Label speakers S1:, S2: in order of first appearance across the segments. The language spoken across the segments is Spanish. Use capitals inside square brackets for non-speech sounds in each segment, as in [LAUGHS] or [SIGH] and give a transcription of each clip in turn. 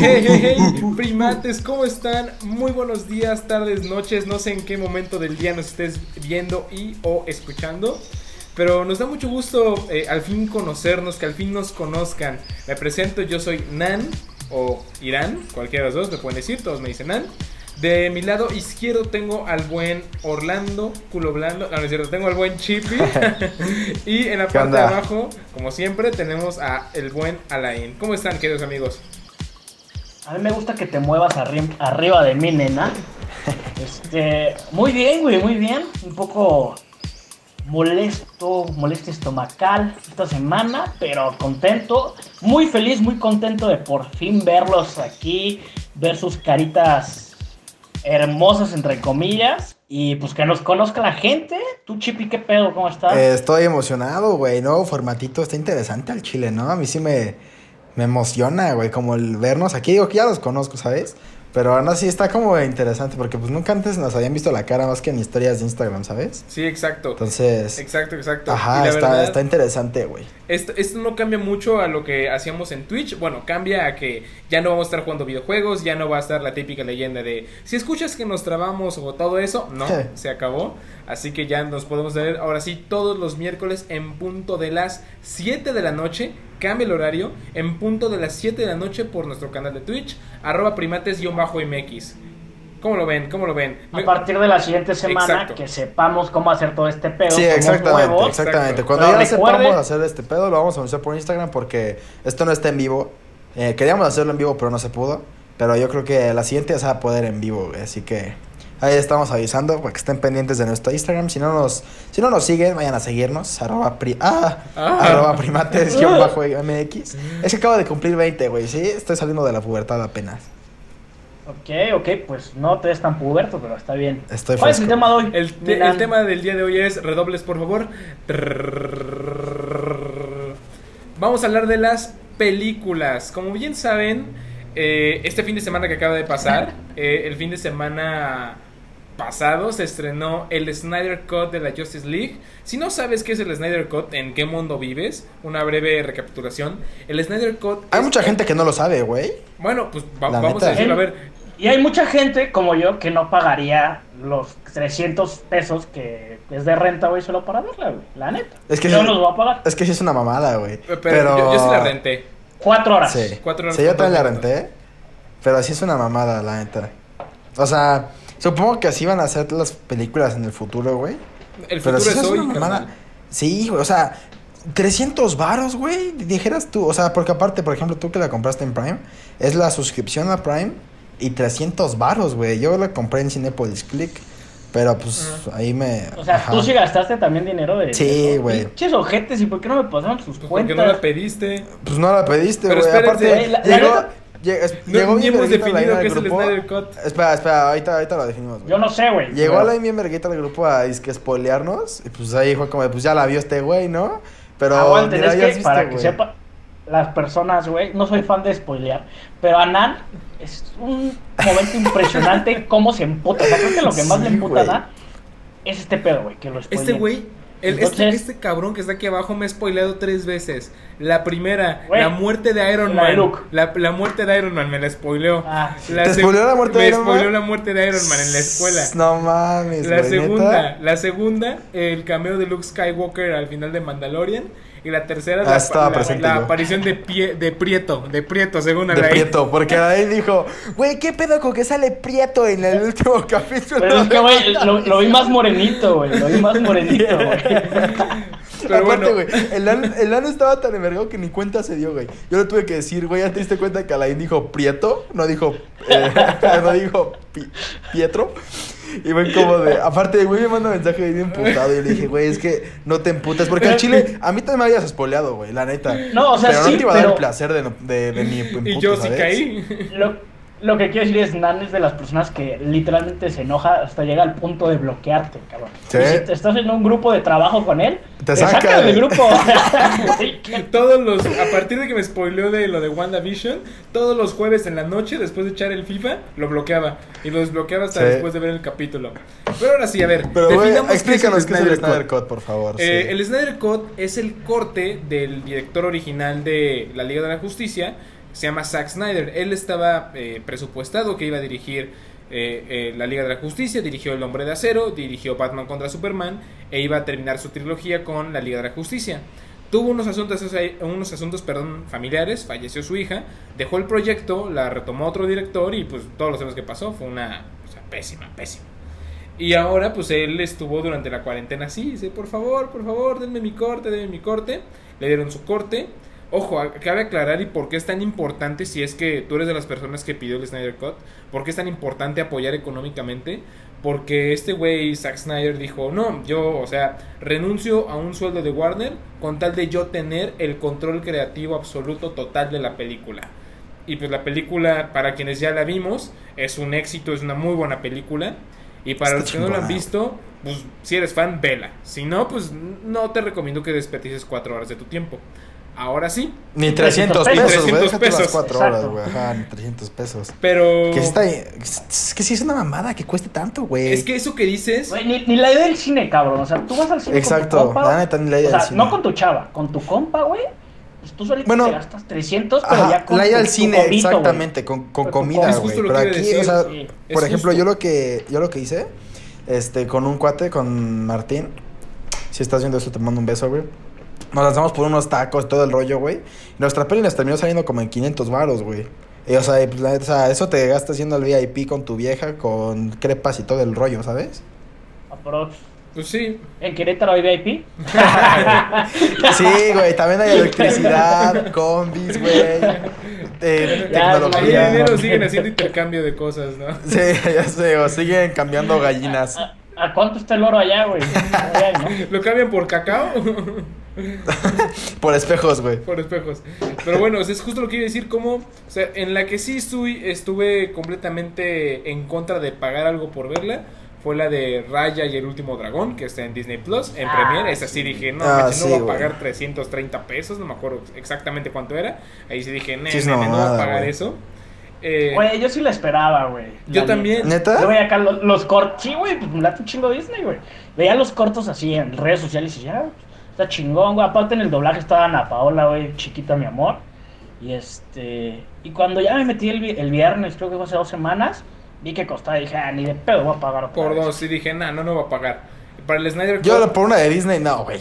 S1: Hey, hey, hey, primates, ¿cómo están? Muy buenos días, tardes, noches, no sé en qué momento del día nos estés viendo y o escuchando, pero nos da mucho gusto eh, al fin conocernos, que al fin nos conozcan. Me presento, yo soy Nan o Irán, cualquiera de los dos me pueden decir, todos me dicen Nan. De mi lado izquierdo tengo al buen Orlando, culo blando, no, no es cierto, tengo al buen Chippy. [LAUGHS] y en la parte de
S2: onda?
S1: abajo, como siempre, tenemos a el buen Alain. ¿Cómo están, queridos amigos?
S3: A mí me gusta que te muevas arri- arriba de mí, nena. Este, muy bien, güey, muy bien. Un poco molesto, molesto estomacal esta semana, pero contento. Muy feliz, muy contento de por fin verlos aquí, ver sus caritas hermosas, entre comillas. Y pues que nos conozca la gente. Tú, Chipi, ¿qué pedo? ¿Cómo estás?
S2: Eh, estoy emocionado, güey. Nuevo formatito. Está interesante al chile, ¿no? A mí sí me, me emociona, güey. Como el vernos aquí. Digo que ya los conozco, ¿sabes? Pero aún así está como interesante. Porque pues nunca antes nos habían visto la cara más que en historias de Instagram, ¿sabes?
S1: Sí, exacto.
S2: Entonces...
S1: Exacto, exacto. y
S2: Ajá,
S1: la
S2: está,
S1: verdad,
S2: está interesante, güey.
S1: Esto, esto no cambia mucho a lo que hacíamos en Twitch. Bueno, cambia a que ya no vamos a estar jugando videojuegos, ya no va a estar la típica leyenda de si escuchas que nos trabamos o todo eso. No, se acabó. Así que ya nos podemos ver ahora sí todos los miércoles en punto de las 7 de la noche. Cambia el horario en punto de las 7 de la noche por nuestro canal de Twitch, arroba primates-mx. ¿Cómo lo ven? ¿Cómo lo ven?
S3: A partir de la siguiente semana
S1: Exacto.
S3: que sepamos cómo hacer todo este pedo.
S2: Sí,
S3: somos
S2: exactamente,
S3: nuevos.
S2: exactamente.
S1: Exacto.
S2: Cuando
S3: Pero
S2: ya
S3: recuerden-
S2: sepamos hacer este pedo, lo vamos a anunciar por Instagram porque esto no está en vivo. Eh, queríamos hacerlo en vivo, pero no se pudo. Pero yo creo que la siguiente ya se va a poder en vivo, güey. Así que ahí estamos avisando para que estén pendientes de nuestro Instagram. Si no nos, si no nos siguen, vayan a seguirnos. Arroba, pri- ah,
S1: Ah.
S2: arroba primates guión
S3: [LAUGHS]
S2: bajo MX. Es que acabo de cumplir 20, güey. Sí, estoy saliendo de la pubertad apenas.
S3: Ok, ok, pues no te ves tan puberto, pero está bien.
S2: Estoy
S3: ¿Cuál es el
S2: fresco.
S3: tema de hoy?
S1: El, te-
S3: Milan?
S1: el tema del día de hoy es redobles, por favor. Vamos a hablar de las películas. Como bien saben, eh, este fin de semana que acaba de pasar, eh, el fin de semana pasado se estrenó el Snyder Cut de la Justice League. Si no sabes qué es el Snyder Cut, en qué mundo vives, una breve recapitulación. El Snyder Cut.
S2: Hay
S1: es-
S2: mucha gente que no lo sabe, güey.
S1: Bueno, pues va-
S2: La
S1: vamos
S2: neta. ¿eh?
S1: a decirlo. A ver,
S3: Y hay mucha gente como yo que no pagaría los 300 pesos que es de renta, güey, solo para verla, güey. La neta.
S2: Es que
S3: yo
S2: sí-
S3: los voy a pagar.
S2: Es que sí es una mamada, güey.
S1: pero, Yo, yo sí la renté.
S3: Cuatro horas.
S2: Sí,
S1: Cuatro horas
S2: sí yo también la
S1: completas.
S2: renté. Pero así es una mamada, la neta. O sea, supongo que así van a ser las películas en el futuro, güey.
S1: El futuro
S2: Pero sí
S1: es hoy.
S2: una mamada.
S1: carnal.
S2: Sí, güey, o sea, 300 varos, güey, dijeras tú. O sea, porque aparte, por ejemplo, tú que la compraste en Prime, es la suscripción a Prime y 300 varos, güey. Yo la compré en Cinepolis Click, pero pues ahí me...
S3: O sea,
S2: ajá.
S3: tú sí gastaste también dinero de.
S2: Sí,
S3: de-
S2: güey.
S3: Pinches ojetes, ¿y por qué no me pasaron sus
S1: Pues porque
S3: cuentas?
S1: no la pediste.
S2: Pues no la pediste,
S1: Pero
S2: güey.
S1: espérense,
S2: Aparte,
S3: güey, la- la
S2: llegó...
S3: neta-
S2: llegó-
S1: No,
S2: llegó
S1: ni
S2: bien
S1: hemos
S2: verguita la idea
S1: definido qué
S2: del
S1: es el
S2: grupo.
S1: Snyder Cut.
S2: Espera, espera, ahorita, ahorita lo definimos, güey.
S3: Yo no sé, güey.
S2: Llegó
S3: Pero-
S2: la bien verguita del grupo a disque espolearnos. Y pues ahí fue como, de, pues ya la vio este güey, ¿no? Pero.
S3: Aguanten,
S2: mira,
S3: Ah, es
S2: ya
S3: que
S2: has visto,
S3: para que
S2: güey.
S3: sepa las personas, güey, no soy fan de spoilear, pero Anan es un
S2: [LAUGHS]
S3: momento impresionante cómo se emputa. O sea, creo que lo que más
S2: Sí,
S3: le emputa a
S2: güey.
S3: Anan es este pedo, güey, que lo spoilea.
S1: Este güey, el- este,
S3: Entonces-
S1: este cabrón que está aquí abajo me ha spoileado tres veces. La primera,
S3: Güey,
S1: la muerte de Iron
S3: la de
S1: Man.
S3: Luke.
S1: La, la muerte de Iron Man me la spoileó.
S3: Ah,
S1: La
S2: ¿Te
S1: seg-
S2: spoileó la muerte de Iron
S1: Me
S2: Man?
S1: spoileó la muerte de Iron Man en la escuela.
S2: No mames,
S1: La
S2: güey,
S1: segunda,
S2: ¿neta?
S1: la segunda, el cameo de Luke Skywalker al final de Mandalorian. Y la tercera,
S2: Ah,
S1: la,
S2: estaba
S1: la-
S2: presente
S1: la
S2: yo.
S1: aparición de, pie, de Prieto, de Prieto, según
S2: De
S1: Alain.
S2: Prieto, porque ahí dijo, güey, ¿qué pedo con que sale Prieto en el último capítulo?
S3: pero es que, güey, lo, lo vi más morenito, güey. Lo vi más morenito, güey.
S2: [LAUGHS]
S1: Pero
S2: Aparte,
S1: bueno.
S2: güey, el Lano estaba tan envergado que ni cuenta se dio, güey. Yo le tuve que decir, güey, ya te diste cuenta que Alain dijo Prieto, no dijo, eh, [LAUGHS] no dijo Pi- Pietro. Y fue como de, aparte, güey, me manda mensaje bien emputado. Y yo le dije, güey, es que no te emputas. Porque al chile, a mí también me habías espoleado, güey, la neta.
S3: No, o sea,
S2: pero
S3: sí,
S2: no te iba a dar
S3: pero-
S2: el placer de, no- de, de mi
S1: [LAUGHS]
S2: empute,
S1: Y yo sí
S2: ¿sabes?
S1: caí.
S3: Lo, lo que quiero decir es, Nan es de las personas que literalmente se enoja hasta llega al punto de bloquearte, cabrón.
S2: Sí.
S3: Y si te- estás en un grupo de trabajo con él,
S2: Te
S3: Te saca del grupo.
S2: [LAUGHS]
S3: [LAUGHS] Sí,
S1: [LAUGHS] Todos los, a partir de que me spoileó de lo de WandaVision, todos los jueves en la noche, después de echar el FIFA, lo bloqueaba. Y lo desbloqueaba hasta
S2: Sí.
S1: después de ver el capítulo. Pero ahora sí, a ver,
S2: Pero, güey,
S1: definamos qué es el
S2: explícanos qué es el
S1: Snyder Cut.
S2: Snyder Cut, por favor.
S1: Eh,
S2: sí.
S1: El Snyder Cut es el corte del director original de la Liga de la Justicia, se llama Zack Snyder. Él estaba eh, presupuestado que iba a dirigir eh, eh, la Liga de la Justicia, dirigió El Hombre de Acero, dirigió Batman contra Superman e iba a terminar su trilogía con la Liga de la Justicia. Tuvo unos asuntos, o sea, unos asuntos perdón, familiares, falleció su hija, dejó el proyecto, la retomó otro director y pues todos los temas que pasó fue una o sea, pésima, pésima. Y ahora, pues él estuvo durante la cuarentena así. Dice, por favor, por favor, denme mi corte, denme mi corte. Le dieron su corte. Ojo, a- cabe aclarar y por qué es tan importante, si es que tú eres de las personas que pidió el Snyder Cut, por qué es tan importante apoyar económicamente. Porque este güey, Zack Snyder, dijo, no, yo, o sea, renuncio a un sueldo de Warner con tal de yo tener el control creativo absoluto total de la película. Y pues la película, para quienes ya la vimos, es un éxito, es una muy buena película. Y para
S2: Está
S1: los que no la han
S2: chingona.
S1: visto, pues si eres fan, vela. Si no, pues no te recomiendo que desperdicies cuatro horas de tu tiempo. Ahora sí,
S2: Ni 300
S3: Ni
S2: pesos, güey.
S1: 300
S2: Déjate las
S1: pesos.
S2: 4 horas,
S3: Exacto.
S2: güey. Ajá, ni 300 pesos.
S1: pero...
S2: Que, está, es que sí es una mamada que cueste tanto, güey.
S1: Es que eso que dices...
S3: Güey, ni, ni la idea del cine, cabrón. O sea, tú vas al cine
S2: Exacto,
S3: con tu compa.
S2: la neta, ni la idea
S3: o sea,
S2: del cine.
S3: no con tu chava, con tu compa, güey. Pues tú solito
S2: Bueno,
S3: te gastas 300, pero
S2: Ajá,
S3: ya con
S2: la ida
S3: tu-
S2: al
S3: tu
S2: cine,
S3: copito, güey.
S2: exactamente, con, con
S3: Con tu
S2: comida,
S3: comida.
S1: Es
S2: güey.
S1: justo lo
S2: Pero
S1: que iba
S2: aquí,
S1: a decir,
S2: o sea,
S1: sí.
S2: por
S1: Es
S2: ejemplo,
S1: justo.
S2: yo lo que yo lo que hice, este, con un cuate, con Martín, si estás viendo esto, te mando un beso, güey. Nos lanzamos por unos tacos, todo el rollo, güey. Y Nuestra peli nos terminó saliendo como en 500 varos, güey. Y, o, sea, y, pues, la neta, o sea, eso te gastas yendo al VIP con tu vieja, con crepas y todo el rollo, ¿sabes?
S3: Aprox.
S1: Pues sí.
S3: En Querétaro hay VIP.
S2: Sí, güey, también hay electricidad, combis, güey. eh,
S3: Ya,
S1: Ahí en
S3: ya.
S2: tecnología.
S1: enero siguen haciendo intercambio de cosas, ¿no? [LAUGHS]
S2: Sí, ya sé, o siguen cambiando gallinas.
S3: ¿A, a cuánto está el oro
S1: [LAUGHS]
S3: allá, güey? Allá, ¿no?
S1: ¿Lo cambian por cacao? [LAUGHS]
S2: Por espejos, güey.
S1: por espejos. Pero bueno, es justo lo que iba a decir, como, o sea, en la que sí estuve, estuve completamente en contra de pagar algo por verla. Fue la de Raya y el último dragón, que está en Disney Plus, en
S3: Ah,
S1: Premiere. Esa sí dije, no,
S2: Ah,
S1: manches,
S2: sí,
S1: no voy
S2: güey.
S1: a pagar 330 pesos, no me acuerdo exactamente cuánto era. Ahí sí dije, "Ne,
S2: Sí, es
S1: ne,
S2: una
S1: ne, no voy a
S2: mamada,
S1: pagar
S2: güey.
S1: eso. Eh,
S3: Güey, yo sí la esperaba, güey.
S1: Yo
S3: La
S1: también.
S2: ¿Neta?
S3: Yo veía acá los, cortos. Sí, güey, pues me late un chingo Disney, güey. Veía los cortos así en redes sociales y ya, está chingón, güey. Aparte en el doblaje estaba Ana Paola, güey, chiquita mi amor. Y este. Y cuando ya me metí el, vi- el viernes, creo que fue hace dos semanas, vi que costaba y dije, ah, ni de pedo voy a pagar otra
S1: por
S3: vez.
S1: dos, sí dije, no, no, no voy a pagar. Para el Snyder
S2: Yo
S1: Cut,
S2: lo- por una de Disney, no, güey.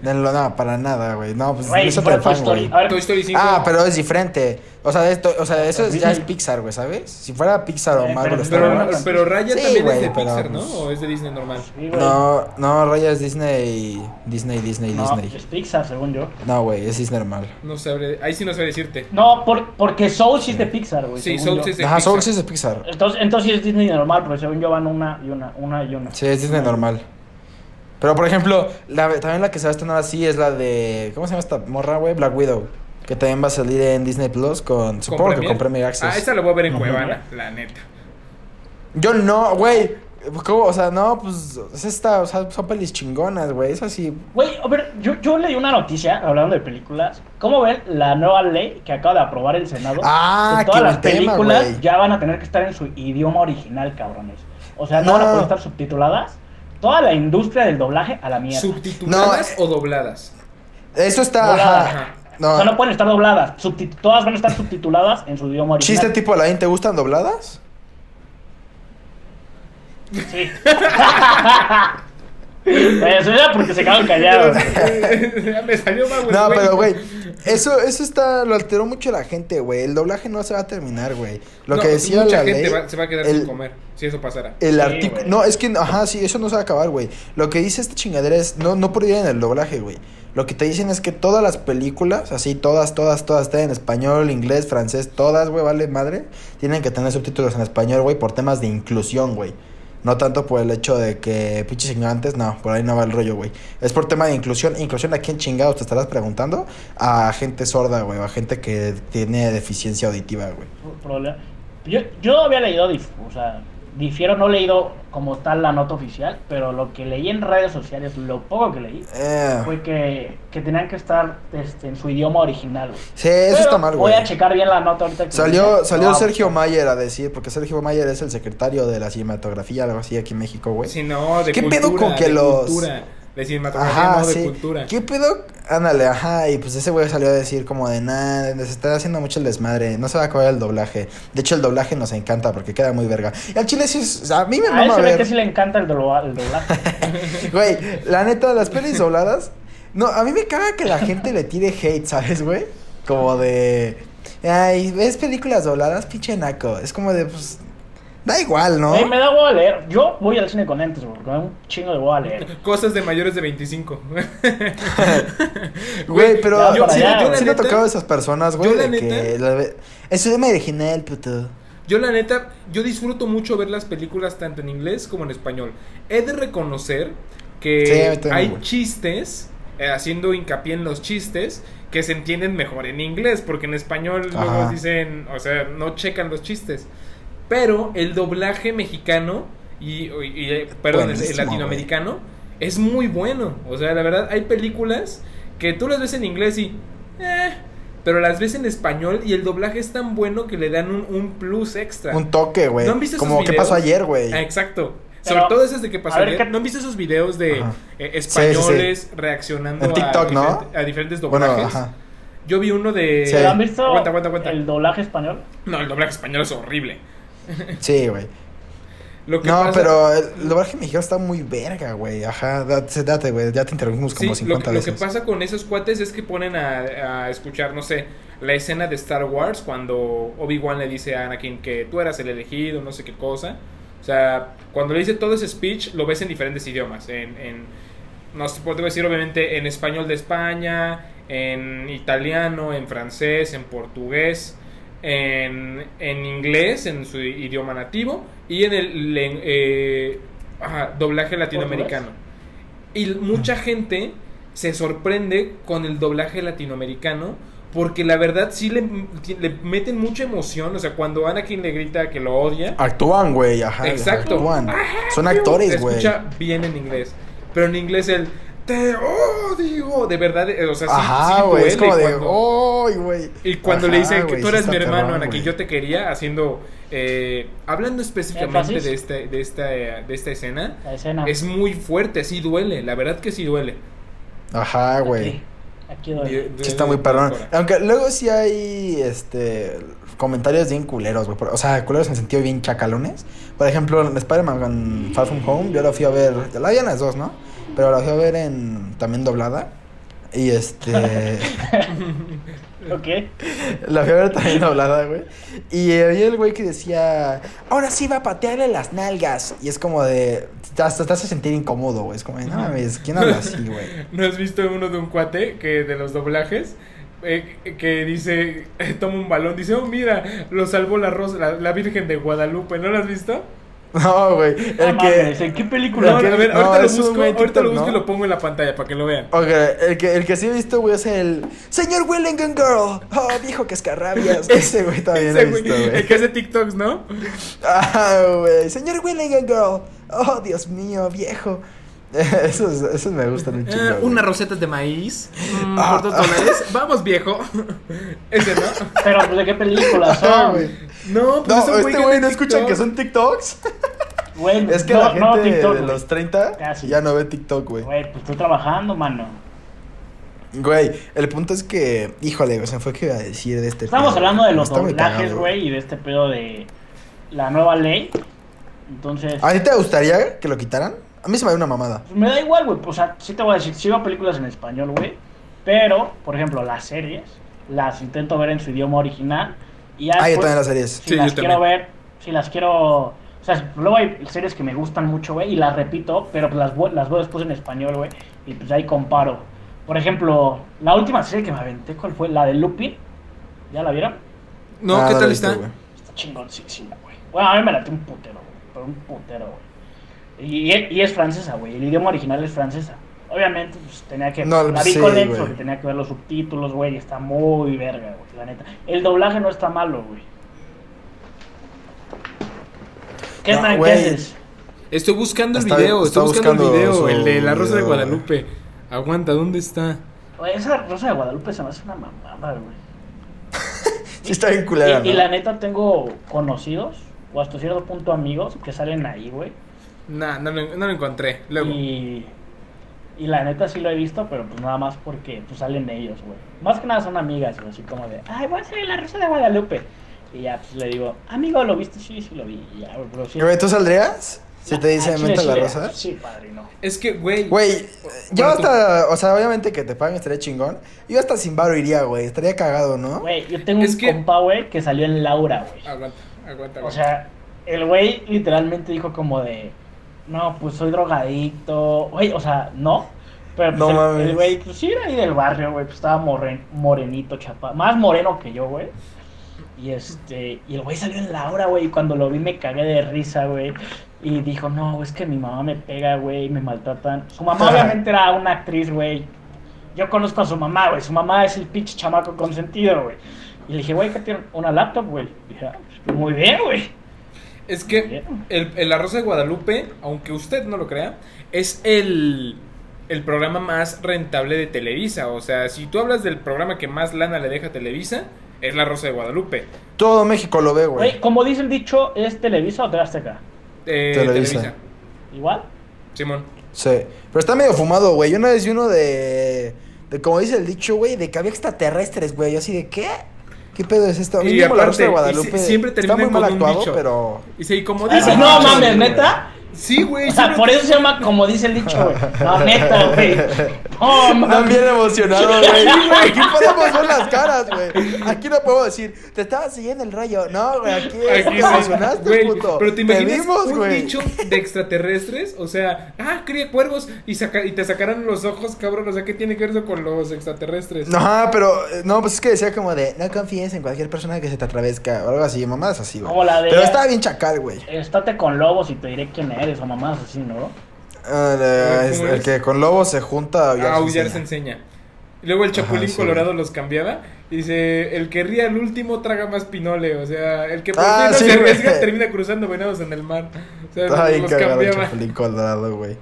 S2: No, no, no, para nada, güey. No, pues
S3: Güey,
S2: eso
S3: si
S2: te
S3: fuera Toy
S2: fan,
S3: Story.
S2: güey.
S3: A ver,
S1: Toy Story 5,
S2: Ah, pero es diferente. O sea, esto, o sea eso es- ya es
S3: Disney.
S2: Pixar, güey, ¿sabes? Si fuera Pixar o
S3: Eh,
S2: Marvel o
S3: pero-
S2: Star
S1: pero,
S2: Wars.
S1: pero Raya
S2: Sí,
S1: también
S2: güey,
S1: es de
S2: pero,
S1: Pixar, ¿no?
S2: pues,
S1: ¿O es de Disney normal?
S3: sí, güey.
S2: No, no, Raya es Disney. Disney, Disney,
S3: No,
S2: Disney.
S3: es Pixar, según yo.
S2: No, güey, es Disney normal.
S1: No sabré, ahí sí no sabré decirte.
S3: No, por, porque Souls es de Pixar, güey.
S1: Sí,
S3: según
S1: Soul
S3: yo.
S1: es de
S2: Ajá, Soul
S1: Pixar.
S2: sí es de Pixar.
S3: Entonces, entonces sí es Disney normal, pero según yo van una y una, una y una.
S2: Sí, es Disney normal. Pero por ejemplo, la- también la que se va a estrenar así es la de. ¿Cómo se llama esta morra, güey? Black Widow. Que también va a salir en Disney Plus con. Supongo que con Premier Access.
S1: Ah, esta la voy a ver en
S3: Ajá.
S1: Cuevana, la neta.
S2: Yo no, güey. ¿Cómo? O sea, no, pues. Es esta, o sea, son pelis chingonas, güey. Es así.
S3: Güey, a ver, yo, yo leí una noticia hablando de películas. ¿Cómo ven la nueva ley que acaba de aprobar el Senado?
S2: Ah,
S3: que todas
S2: qué
S3: las
S2: buen tema,
S3: películas
S2: güey.
S3: ya van a tener que estar en su idioma original, cabrones. O sea,
S2: No.
S3: no, van a poder estar subtituladas. Toda la industria del doblaje a la mierda.
S1: ¿Subtituladas
S2: No, eh,
S1: o dobladas?
S2: Eso está.
S3: Doblada.
S2: ajá.
S3: O sea, no
S2: No.
S3: pueden estar dobladas. Subtit- todas van a estar subtituladas en su idioma original.
S2: ¿Chiste tipo Alain te gustan dobladas?
S3: Sí. [LAUGHS] Güey, Eso era porque se quedaron callados.
S2: [LAUGHS]
S1: Ya [LAUGHS] me salió más, güey.
S2: No, pero güey, eso, eso está, lo alteró mucho la gente, güey. El doblaje no se va a terminar, güey. Lo
S1: No,
S2: que decía
S1: mucha
S2: la
S1: gente
S2: ley,
S1: va- se va a quedar
S2: el- Eh,
S1: sin comer si eso pasara.
S2: El
S3: Sí,
S2: artículo.
S3: güey.
S2: No, es que. Ajá, sí, eso no se va a acabar, güey. Lo que dice esta chingadera es. No, no por ir en el doblaje, güey. Lo que te dicen es que todas las películas, así, todas, todas, todas, estén en español, inglés, francés, todas, güey, vale madre. Tienen que tener subtítulos en español, güey, por temas de inclusión, güey. No tanto por el hecho de que pinches ignorantes, no, por ahí no va el rollo, güey. Es por tema de inclusión. Inclusión a quién chingados te estarás preguntando? A gente sorda, güey, o a gente que tiene deficiencia auditiva, güey.
S3: problema. Yo, yo había leído, dif- o sea, difiero, no he leído como tal la nota oficial, pero lo que leí en redes sociales, lo poco que leí,
S2: Eh,
S3: fue que, que tenían que estar este, en su idioma original. güey.
S2: sí, eso
S3: Pero
S2: está mal,
S3: Voy
S2: güey.
S3: a checar bien la nota ahorita. que me
S2: Salió,
S3: dice.
S2: salió
S3: No,
S2: Sergio Mayer a decir, porque Sergio Mayer es el secretario de la cinematografía, algo así aquí en México, güey.
S1: Sí, no, de
S2: ¿Qué
S1: cultura,
S2: pedo con que
S1: de
S2: los-
S1: cultura, de cinematografía,
S2: Ajá,
S1: no de
S2: sí.
S1: cultura.
S2: ¿Qué pedo? Ándale, ajá. Y pues ese güey salió a decir como de nada, se está haciendo mucho el desmadre, no se va a acabar el doblaje. De hecho, el doblaje nos encanta porque queda muy verga. Y al chile sí, es- o sea, a mí me
S3: A él
S2: mama
S3: se ve
S2: ver.
S3: que sí le encanta el, dobla- el doblaje.
S2: Güey, la neta, las pelis dobladas. No, a mí me caga que la gente le tire hate, ¿sabes, güey? Como de. Ay, ¿ves películas dobladas? Pinche naco. Es como de, pues. Da igual, [LAUGHS] ¿no?
S3: Eh, me da huevo a leer. Yo voy al cine con lentes, güey, porque me da un chingo de huevo a leer.
S1: [LAUGHS] Cosas de mayores de 25.
S2: [LAUGHS] Güey, pero.
S3: ya,
S2: Yo,
S3: para
S2: sí,
S3: allá,
S2: yo
S3: güey.
S2: sí me ha tocado a esas personas, güey.
S1: yo la
S2: de que la ve- Es idioma original, puto.
S1: Yo la neta, yo disfruto mucho ver las películas tanto en inglés como en español. He de reconocer que
S2: Sí, a mí también,
S1: hay
S2: güey.
S1: chistes, eh, haciendo hincapié en los chistes, que se entienden mejor en inglés, porque en español
S2: Ajá.
S1: luego dicen, o sea, no checan los chistes. Pero el doblaje mexicano y, y- y, eh, perdón, el- el,
S2: Buenísimo,
S1: latinoamericano es muy bueno. O sea, la verdad, hay películas que tú las ves en inglés y... eh, pero las ves en español y el doblaje es tan bueno que le dan un, un plus extra.
S2: Un toque, güey.
S1: ¿No han visto esos
S2: Como qué
S1: videos?
S2: pasó ayer, güey.
S1: Ah, exacto.
S3: Pero,
S1: Sobre todo esas de que pasó
S3: a ver,
S1: ayer.
S3: ¿qué-
S1: ¿No han visto esos videos de
S2: Ajá.
S1: eh,
S2: sí, sí.
S1: españoles reaccionando
S2: En TikTok,
S1: a,
S2: ¿no?
S1: diferente- a diferentes
S2: Bueno,
S1: doblajes?
S2: ajá.
S1: Yo vi uno de...
S2: Sí.
S3: ¿Lo han visto?
S1: Aguanta, aguanta, aguanta.
S3: El doblaje español.
S1: No, el doblaje español es horrible.
S2: Sí, güey.
S1: Lo que
S2: No,
S1: pasa-
S2: pero el doblaje mexicano está muy verga, güey. Ajá, date, date, güey. Ya te interrumpimos como
S1: Sí, lo,
S2: 50
S1: que- lo que
S2: veces.
S1: pasa con esos cuates es que ponen a, a escuchar, no sé, la escena de Star Wars cuando Obi-Wan le dice a Anakin que tú eras el elegido, no sé qué cosa. O sea, cuando le dice todo ese speech, lo ves en diferentes idiomas. En, en no sé, puedo decir obviamente en español de España, en italiano, en francés, en portugués, en, en inglés, en su idioma nativo, y en el len- eh, ajá, doblaje latinoamericano. Y l- mucha gente se sorprende con el doblaje latinoamericano porque la verdad sí le, le meten mucha emoción. O sea, cuando Anakin le grita que lo odia,
S2: Actúan, güey, ajá.
S1: Exacto.
S2: Actúan. Son
S1: se
S2: actores, güey.
S1: escucha bien en inglés. Pero en inglés el te odio, de verdad, eh, o sea, sí,
S2: Ajá,
S1: sí
S2: güey. es
S1: duele
S2: como de,
S1: cuando-
S2: ¡ay, güey!
S1: y cuando le
S2: Ajá,
S1: dice que
S2: güey,
S1: tú
S2: sí
S1: eres
S2: está
S1: mi hermano,
S2: cabrón,
S1: Anakin,
S2: güey.
S1: yo te quería, haciendo, eh, hablando específicamente
S3: Énfasis.
S1: de, este, de, esta, eh, de esta escena,
S3: La escena.
S1: es muy fuerte, sí duele, la verdad que sí duele.
S2: Ajá,
S3: Aquí.
S2: güey.
S3: Aquí
S1: Y-
S3: doy.
S2: Sí está muy
S1: de-
S2: perrón.
S1: de-
S2: Aunque luego sí hay este comentarios bien culeros, güey. por- O sea, culeros en sentido bien chacalones. Por ejemplo, en Spider-Man con Far From Home, yo la fui a ver, la vi en las dos, ¿no? Pero la fui a ver en también doblada. Y [LAUGHS] este
S3: Ok.
S2: la fui a ver también doblada, güey. Y había el güey que decía, "Ahora sí va a patearle las nalgas." Y es como de hasta te hace sentir incómodo, güey. Es como, de, "No mames, ¿quién habla así, güey?" [LAUGHS]
S1: ¿No has visto uno de un cuate que de los doblajes? eh, que dice, [LAUGHS] toma un balón, dice, oh mira, lo salvó la, rosa, la, la Virgen de Guadalupe, ¿no lo has visto?
S2: No, güey, el que
S3: Ah, ¿En qué película?
S1: No,
S2: que-
S1: a ver,
S2: no,
S1: ahorita, lo
S2: es un
S1: busco,
S2: güey
S1: ahorita lo
S2: TikTok,
S1: busco y
S2: ¿no?
S1: lo pongo en la pantalla para que lo vean.
S2: Ok, el que, el que sí he visto, güey, es el Señor Wellington Girl. Oh, viejo que
S3: [LAUGHS]
S2: escarrabias. Ese güey también
S1: Ese
S2: he
S1: güey,
S2: visto,
S1: el
S2: güey.
S1: que hace TikToks, ¿no?
S2: Ah, güey. Señor Wellington Girl. Oh, Dios mío, viejo. [LAUGHS] Esos, esos me gustan un chingo.
S1: Ah,
S2: güey.
S1: unas rosetas de maíz mm,
S2: Ah.
S1: por dos dólares. Vamos,
S2: [LAUGHS]
S1: viejo. Ese, ¿no?
S3: Pero, pues, ¿de qué película
S2: Ah,
S3: son?
S2: güey.
S1: No, pues es un
S2: No, este
S1: que
S2: güey
S1: hace
S2: no escuchan
S1: TikTok.
S2: que son TikToks.
S3: Güey,
S2: Es que
S3: no,
S2: la gente
S3: no, TikTok,
S2: de
S3: güey.
S2: los 30
S3: Casi.
S2: ya no ve TikTok, güey.
S3: Güey, pues estoy trabajando, mano.
S2: Güey, el punto es que, híjole, güey, se me fue que iba a decir de este.
S3: Estamos
S2: pedo,
S3: hablando de los
S2: Está muy
S3: doblajes,
S2: cagado,
S3: güey, y de este pedo de la nueva ley. Entonces,
S2: ¿A ti te gustaría que lo quitaran? A mí se me da una mamada.
S3: pues, me da igual, güey. O sea, sí te voy a decir, sí veo películas en español, güey. Pero, por ejemplo, las series, las intento ver en su idioma original. Y ya pues.
S2: Ah, yo
S3: después,
S2: también las series.
S3: si
S1: Sí, yo
S3: las quiero
S1: también.
S3: ver, si las quiero... O sea, luego hay series que me gustan mucho, güey, y las repito, pero pues las, vu- las veo después en español, güey, y pues ahí comparo. Por ejemplo, la última serie que me aventé, ¿cuál fue? La de Lupin. ¿Ya la vieron?
S1: No,
S2: Ah,
S1: ¿qué
S2: no
S1: tal
S2: lo he visto,
S1: está?
S2: güey.
S3: Está chingoncísima, güey. Bueno, a mí me late un putero, güey. Pero un putero, güey. Y, y- y es francesa, güey. El idioma original es francesa. Obviamente, pues tenía que.
S2: No,
S3: la vi
S2: sí,
S3: con lentes
S2: güey.
S3: porque tenía que ver los subtítulos, güey. Y está muy verga, güey. La neta. El doblaje no está malo, güey. ¿Qué,
S2: No,
S3: tal? ¿Qué
S2: güey.
S3: haces?
S1: Estoy buscando el
S2: Está-
S1: video,
S2: está
S1: estoy buscando, el video,
S2: buscando su
S1: el de la Rosa de
S2: video.
S1: Guadalupe. Aguanta, ¿dónde está?
S3: Güey, esa Rosa de Guadalupe se me hace una mamada, güey.
S2: Sí, está bien culera,
S3: Y, y
S2: ¿no?
S3: la neta tengo conocidos, o hasta cierto punto amigos, que salen ahí, güey.
S1: Nah, no, lo- no lo encontré. Luego.
S3: Y, y la neta sí lo he visto, pero pues nada más porque pues, salen ellos, güey. Más que nada son amigas, güey, así como de, ay, voy a salir la Rosa de Guadalupe. Y ya, pues le digo, amigo, ¿lo viste? Sí, sí lo vi. Y ya, güey, pero sí.
S2: Güey, ¿tú saldrías? Si te
S3: Ah,
S2: dice
S3: chile,
S2: menta la
S3: sí,
S2: rosa.
S3: Sí, padrino.
S1: Es que, güey.
S2: Güey, yo
S1: Bueno, tú-
S2: hasta, o sea, obviamente que te paguen estaría chingón. Yo hasta sin varo iría, güey, estaría cagado, ¿no?
S3: Güey, yo tengo
S1: Es
S3: un
S1: que- Ah,
S3: compa, güey, que salió en Laura, güey.
S1: Aguanta, aguanta, aguanta.
S3: O sea, el güey literalmente dijo como de, no, pues soy drogadicto, güey, o sea, no. Pero pues,
S2: No
S3: el-
S2: mames.
S3: el güey, pues sí era ahí del barrio, güey, pues estaba morren- morenito, chapa, más moreno que yo, güey. Y este, y el güey salió en la hora, güey, y cuando lo vi me cagué de risa, güey. Y dijo, no, es que mi mamá me pega, güey, me maltratan. Su mamá obviamente era una actriz, güey. Yo conozco a su mamá, güey, su mamá es el pinche chamaco consentido, güey. Y le dije, güey, que tiene una laptop, güey. Y dije, "Ah, pues, muy bien, güey.
S1: es que el, el La Rosa de Guadalupe, aunque usted no lo crea, es el, el programa más rentable de Televisa. O sea, si tú hablas del programa que más lana le deja a Televisa, es La Rosa de Guadalupe.
S2: Todo México lo ve,
S3: Güey,
S2: güey.
S3: como dice el dicho, ¿es Televisa o TV Azteca?
S1: Eh,
S2: Televisa.
S1: Televisa.
S3: Igual.
S1: Simón.
S2: Sí. Pero está medio fumado, güey. Yo una vez vi uno de. de como dice el dicho, güey, de que había extraterrestres, güey. Yo así de qué? ¿Qué pedo es esto? A mí
S1: Y
S2: mismo la Rosa de
S1: aparte, y
S2: Guadalupe.
S1: si- siempre
S2: está
S1: terminan
S2: muy mal
S1: con un
S2: actuado,
S1: dicho.
S2: pero.
S1: Y sí, como
S3: Ah,
S1: dice.
S3: no
S1: mucho, güey.
S3: mames, neta.
S1: Sí, güey.
S3: O sea,
S1: siempre-
S3: por eso se llama como dice el dicho,
S1: [LAUGHS]
S3: güey. No, neta, güey. Oh,
S2: Están
S3: mames.
S2: bien emocionados, güey.
S1: [LAUGHS]
S2: Aquí podemos ver las caras, güey. Aquí no podemos decir, te estaba siguiendo el rollo. No, güey, aquí,
S1: Aquí
S2: te
S1: sí.
S2: emocionaste,
S1: Güey,
S2: puto.
S1: Pero te imaginas
S2: vimos,
S1: un
S2: güey.
S1: dicho de extraterrestres, o sea, ah, cría cuervos y, saca- y te sacaran los ojos, cabrón, o sea, ¿qué tiene que ver eso con los extraterrestres?
S2: No, pero eh, no, pues es que decía como de no confíes en cualquier persona que se te atravesca o algo así, mamadas así, güey.
S3: Como la de-
S2: Pero estaba bien chacal, güey.
S3: Estate con lobos y te diré quién eres o mamás así, ¿no?
S2: Ah, la- es-
S1: ¿cómo
S2: el
S1: es?
S2: que con lobo se junta a aullar
S1: Ah,
S2: se
S1: aullar se
S2: enseña.
S1: enseña. Y Luego el
S2: Ajá,
S1: Chapulín
S2: sí.
S1: Colorado los cambiaba. y Dice, el que ría al último traga más pinole. O sea, el que por
S2: Ah,
S1: fin no
S2: sí,
S1: se
S2: güey.
S1: arriesga termina cruzando venados en el mar. O sea,
S2: Estaba bien
S1: los
S2: cagado el
S1: cambiaba.
S2: chapulín colorado, güey.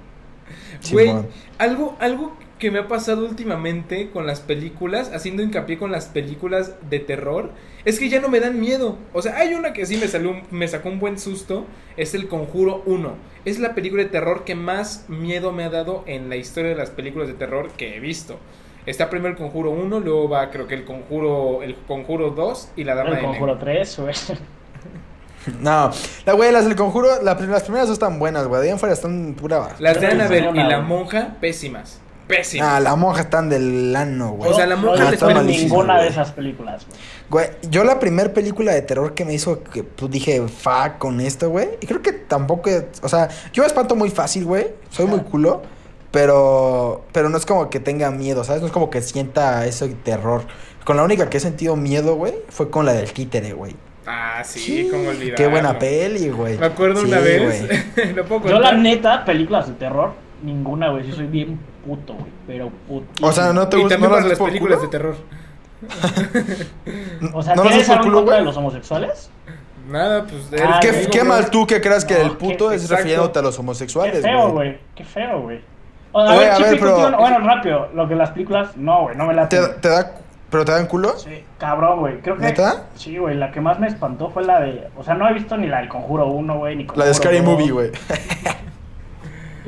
S1: Güey,
S2: Simón.
S1: algo, algo que me ha pasado últimamente con las películas, haciendo hincapié con las películas de terror, es que ya no me dan miedo. O sea, hay una que sí me, salió, un- me sacó un buen susto, es El Conjuro 1. Es la película de terror que más miedo me ha dado en la historia de las películas de terror que he visto. Está primero El Conjuro 1, luego va creo que El Conjuro, el Conjuro 2 y La Dama
S3: El
S1: de
S3: conjuro
S1: Negro.
S3: 3, güey.
S2: No, la güey, las del conjuro, la prim- las primeras dos están buenas, güey. De ahí en fuera están pura basura.
S1: Las de
S3: Creo que
S1: Annabelle
S3: hicieron
S1: y La
S3: algo.
S1: Monja, pésimas. Pésimas.
S2: Ah, la monja están del ano, güey.
S1: O sea, la
S3: No,
S1: monja
S3: no
S2: te
S3: espero
S2: está malísimo,
S3: ninguna de
S2: güey.
S3: esas películas, güey.
S2: Güey, yo la primer película de terror que me hizo que pues, dije, fa, con esto, güey. Y creo que tampoco, es- o sea, yo me espanto muy fácil, güey. Soy muy
S3: Ajá.
S2: culo, pero pero no es como que tenga miedo, ¿sabes? No es como que sienta ese terror. Con la única que he sentido miedo, güey, fue con la del títere, güey.
S1: Ah, sí, como olvidar.
S2: Qué buena peli, güey.
S1: Me acuerdo
S2: Sí,
S1: una [LAUGHS] vez.
S2: güey.
S1: ¿Lo puedo
S3: Yo la
S1: contar?
S3: neta, películas de terror, ninguna, güey. Yo soy bien puto, güey. Pero puto.
S2: O sea, no te
S1: Y
S2: gusta.
S1: también
S2: no
S1: para las
S2: ves por
S1: películas
S2: culo?
S1: de terror.
S3: O sea,
S2: ¿no las ves
S3: ¿tienes
S2: por
S3: algo
S2: culo,
S3: en contra de
S2: güey?
S3: los homosexuales?
S1: Nada, pues. eres
S3: Ah,
S2: ¿Qué,
S3: güey,
S1: conmigo,
S2: qué
S1: bro.
S2: mal tú que creas que
S3: No,
S2: el puto
S3: qué-
S2: es
S1: exacto.
S2: refiriéndote a los
S3: Qué
S2: homosexuales,
S3: feo, güey. Qué feo, güey. O sea,
S2: Güey,
S3: a
S2: a
S3: ver,
S2: ver,
S3: chico,
S2: pero-
S3: bueno, bueno, rápido. Lo que las películas, no, güey, no me la
S2: ¿Te, te da, ¿Pero te dan culo?
S3: Sí, cabrón, güey. Creo que.
S2: ¿Neta?
S3: Sí, güey. La que más me espantó fue la de. O sea, no he visto ni la del Conjuro 1, güey, ni
S2: La de
S3: Conjuro
S2: Scary
S3: dos.
S2: Movie, güey.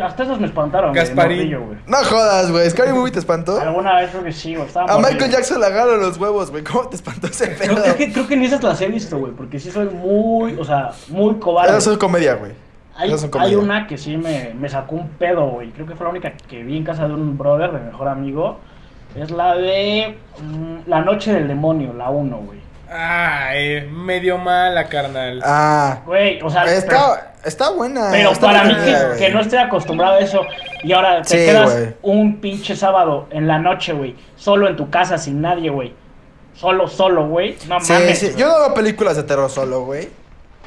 S3: Hasta esos me espantaron, güey. de
S1: Gasparín.
S3: morrillo, güey.
S2: No jodas, güey. Scary Movie te espantó.
S3: Alguna vez creo que sí, güey. estaba
S2: A
S3: morrillo.
S2: Michael Jackson le agarran los huevos, güey. ¿Cómo te espantó ese
S3: Creo,
S2: pedo?
S3: creo que, creo que ni esas las he visto, güey. Porque sí soy muy. O sea, muy cobarde.
S2: Esas son comedia, güey.
S3: Hay,
S2: Esas son
S3: hay
S2: comedia.
S3: una que sí me, me sacó un pedo, güey. Creo que fue la única que vi en casa de un brother, de mejor amigo. Es la de mm, La Noche del Demonio, la 1, güey.
S1: Ay, medio mala, carnal.
S2: Ah.
S3: Güey, o sea, pero-
S2: Está, está buena.
S3: pero,
S2: está
S3: para mí
S2: buena,
S3: que,
S2: güey.
S3: que no estoy acostumbrado a eso y ahora te
S2: Sí,
S3: quedas
S2: güey.
S3: un pinche sábado en la noche, güey, solo en tu casa sin nadie, güey. Solo, solo, güey. No
S2: Sí,
S3: mames.
S2: sí.
S3: güey.
S2: Yo no veo películas de terror solo, güey.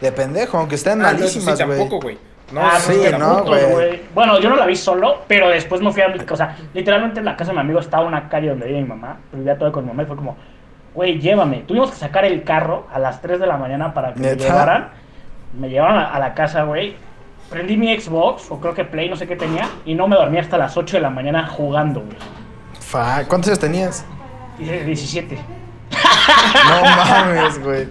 S2: De pendejo, aunque estén
S1: Ah, no, eso sí,
S2: malísimas, güey.
S1: tampoco, güey. No,
S3: Ah,
S2: sí,
S3: no,
S2: no,
S3: putos,
S2: güey.
S3: güey. Bueno, yo no la vi solo, pero después me fui a mi O sea, literalmente en la casa de mi amigo estaba una calle donde vive mi mamá. Pero ya todo con mi mamá y fue como, güey, llévame. Tuvimos que sacar el carro a las 3 de la mañana para que me
S2: ¿Neta?
S3: llevaran. me llevaron a, a la casa, güey. Prendí mi Xbox, o creo que Play, no sé qué tenía, y no me dormí hasta las 8 de la mañana jugando, güey.
S2: Fa, ¿Cuántos años tenías?
S3: Dice 17.
S2: No mames, güey.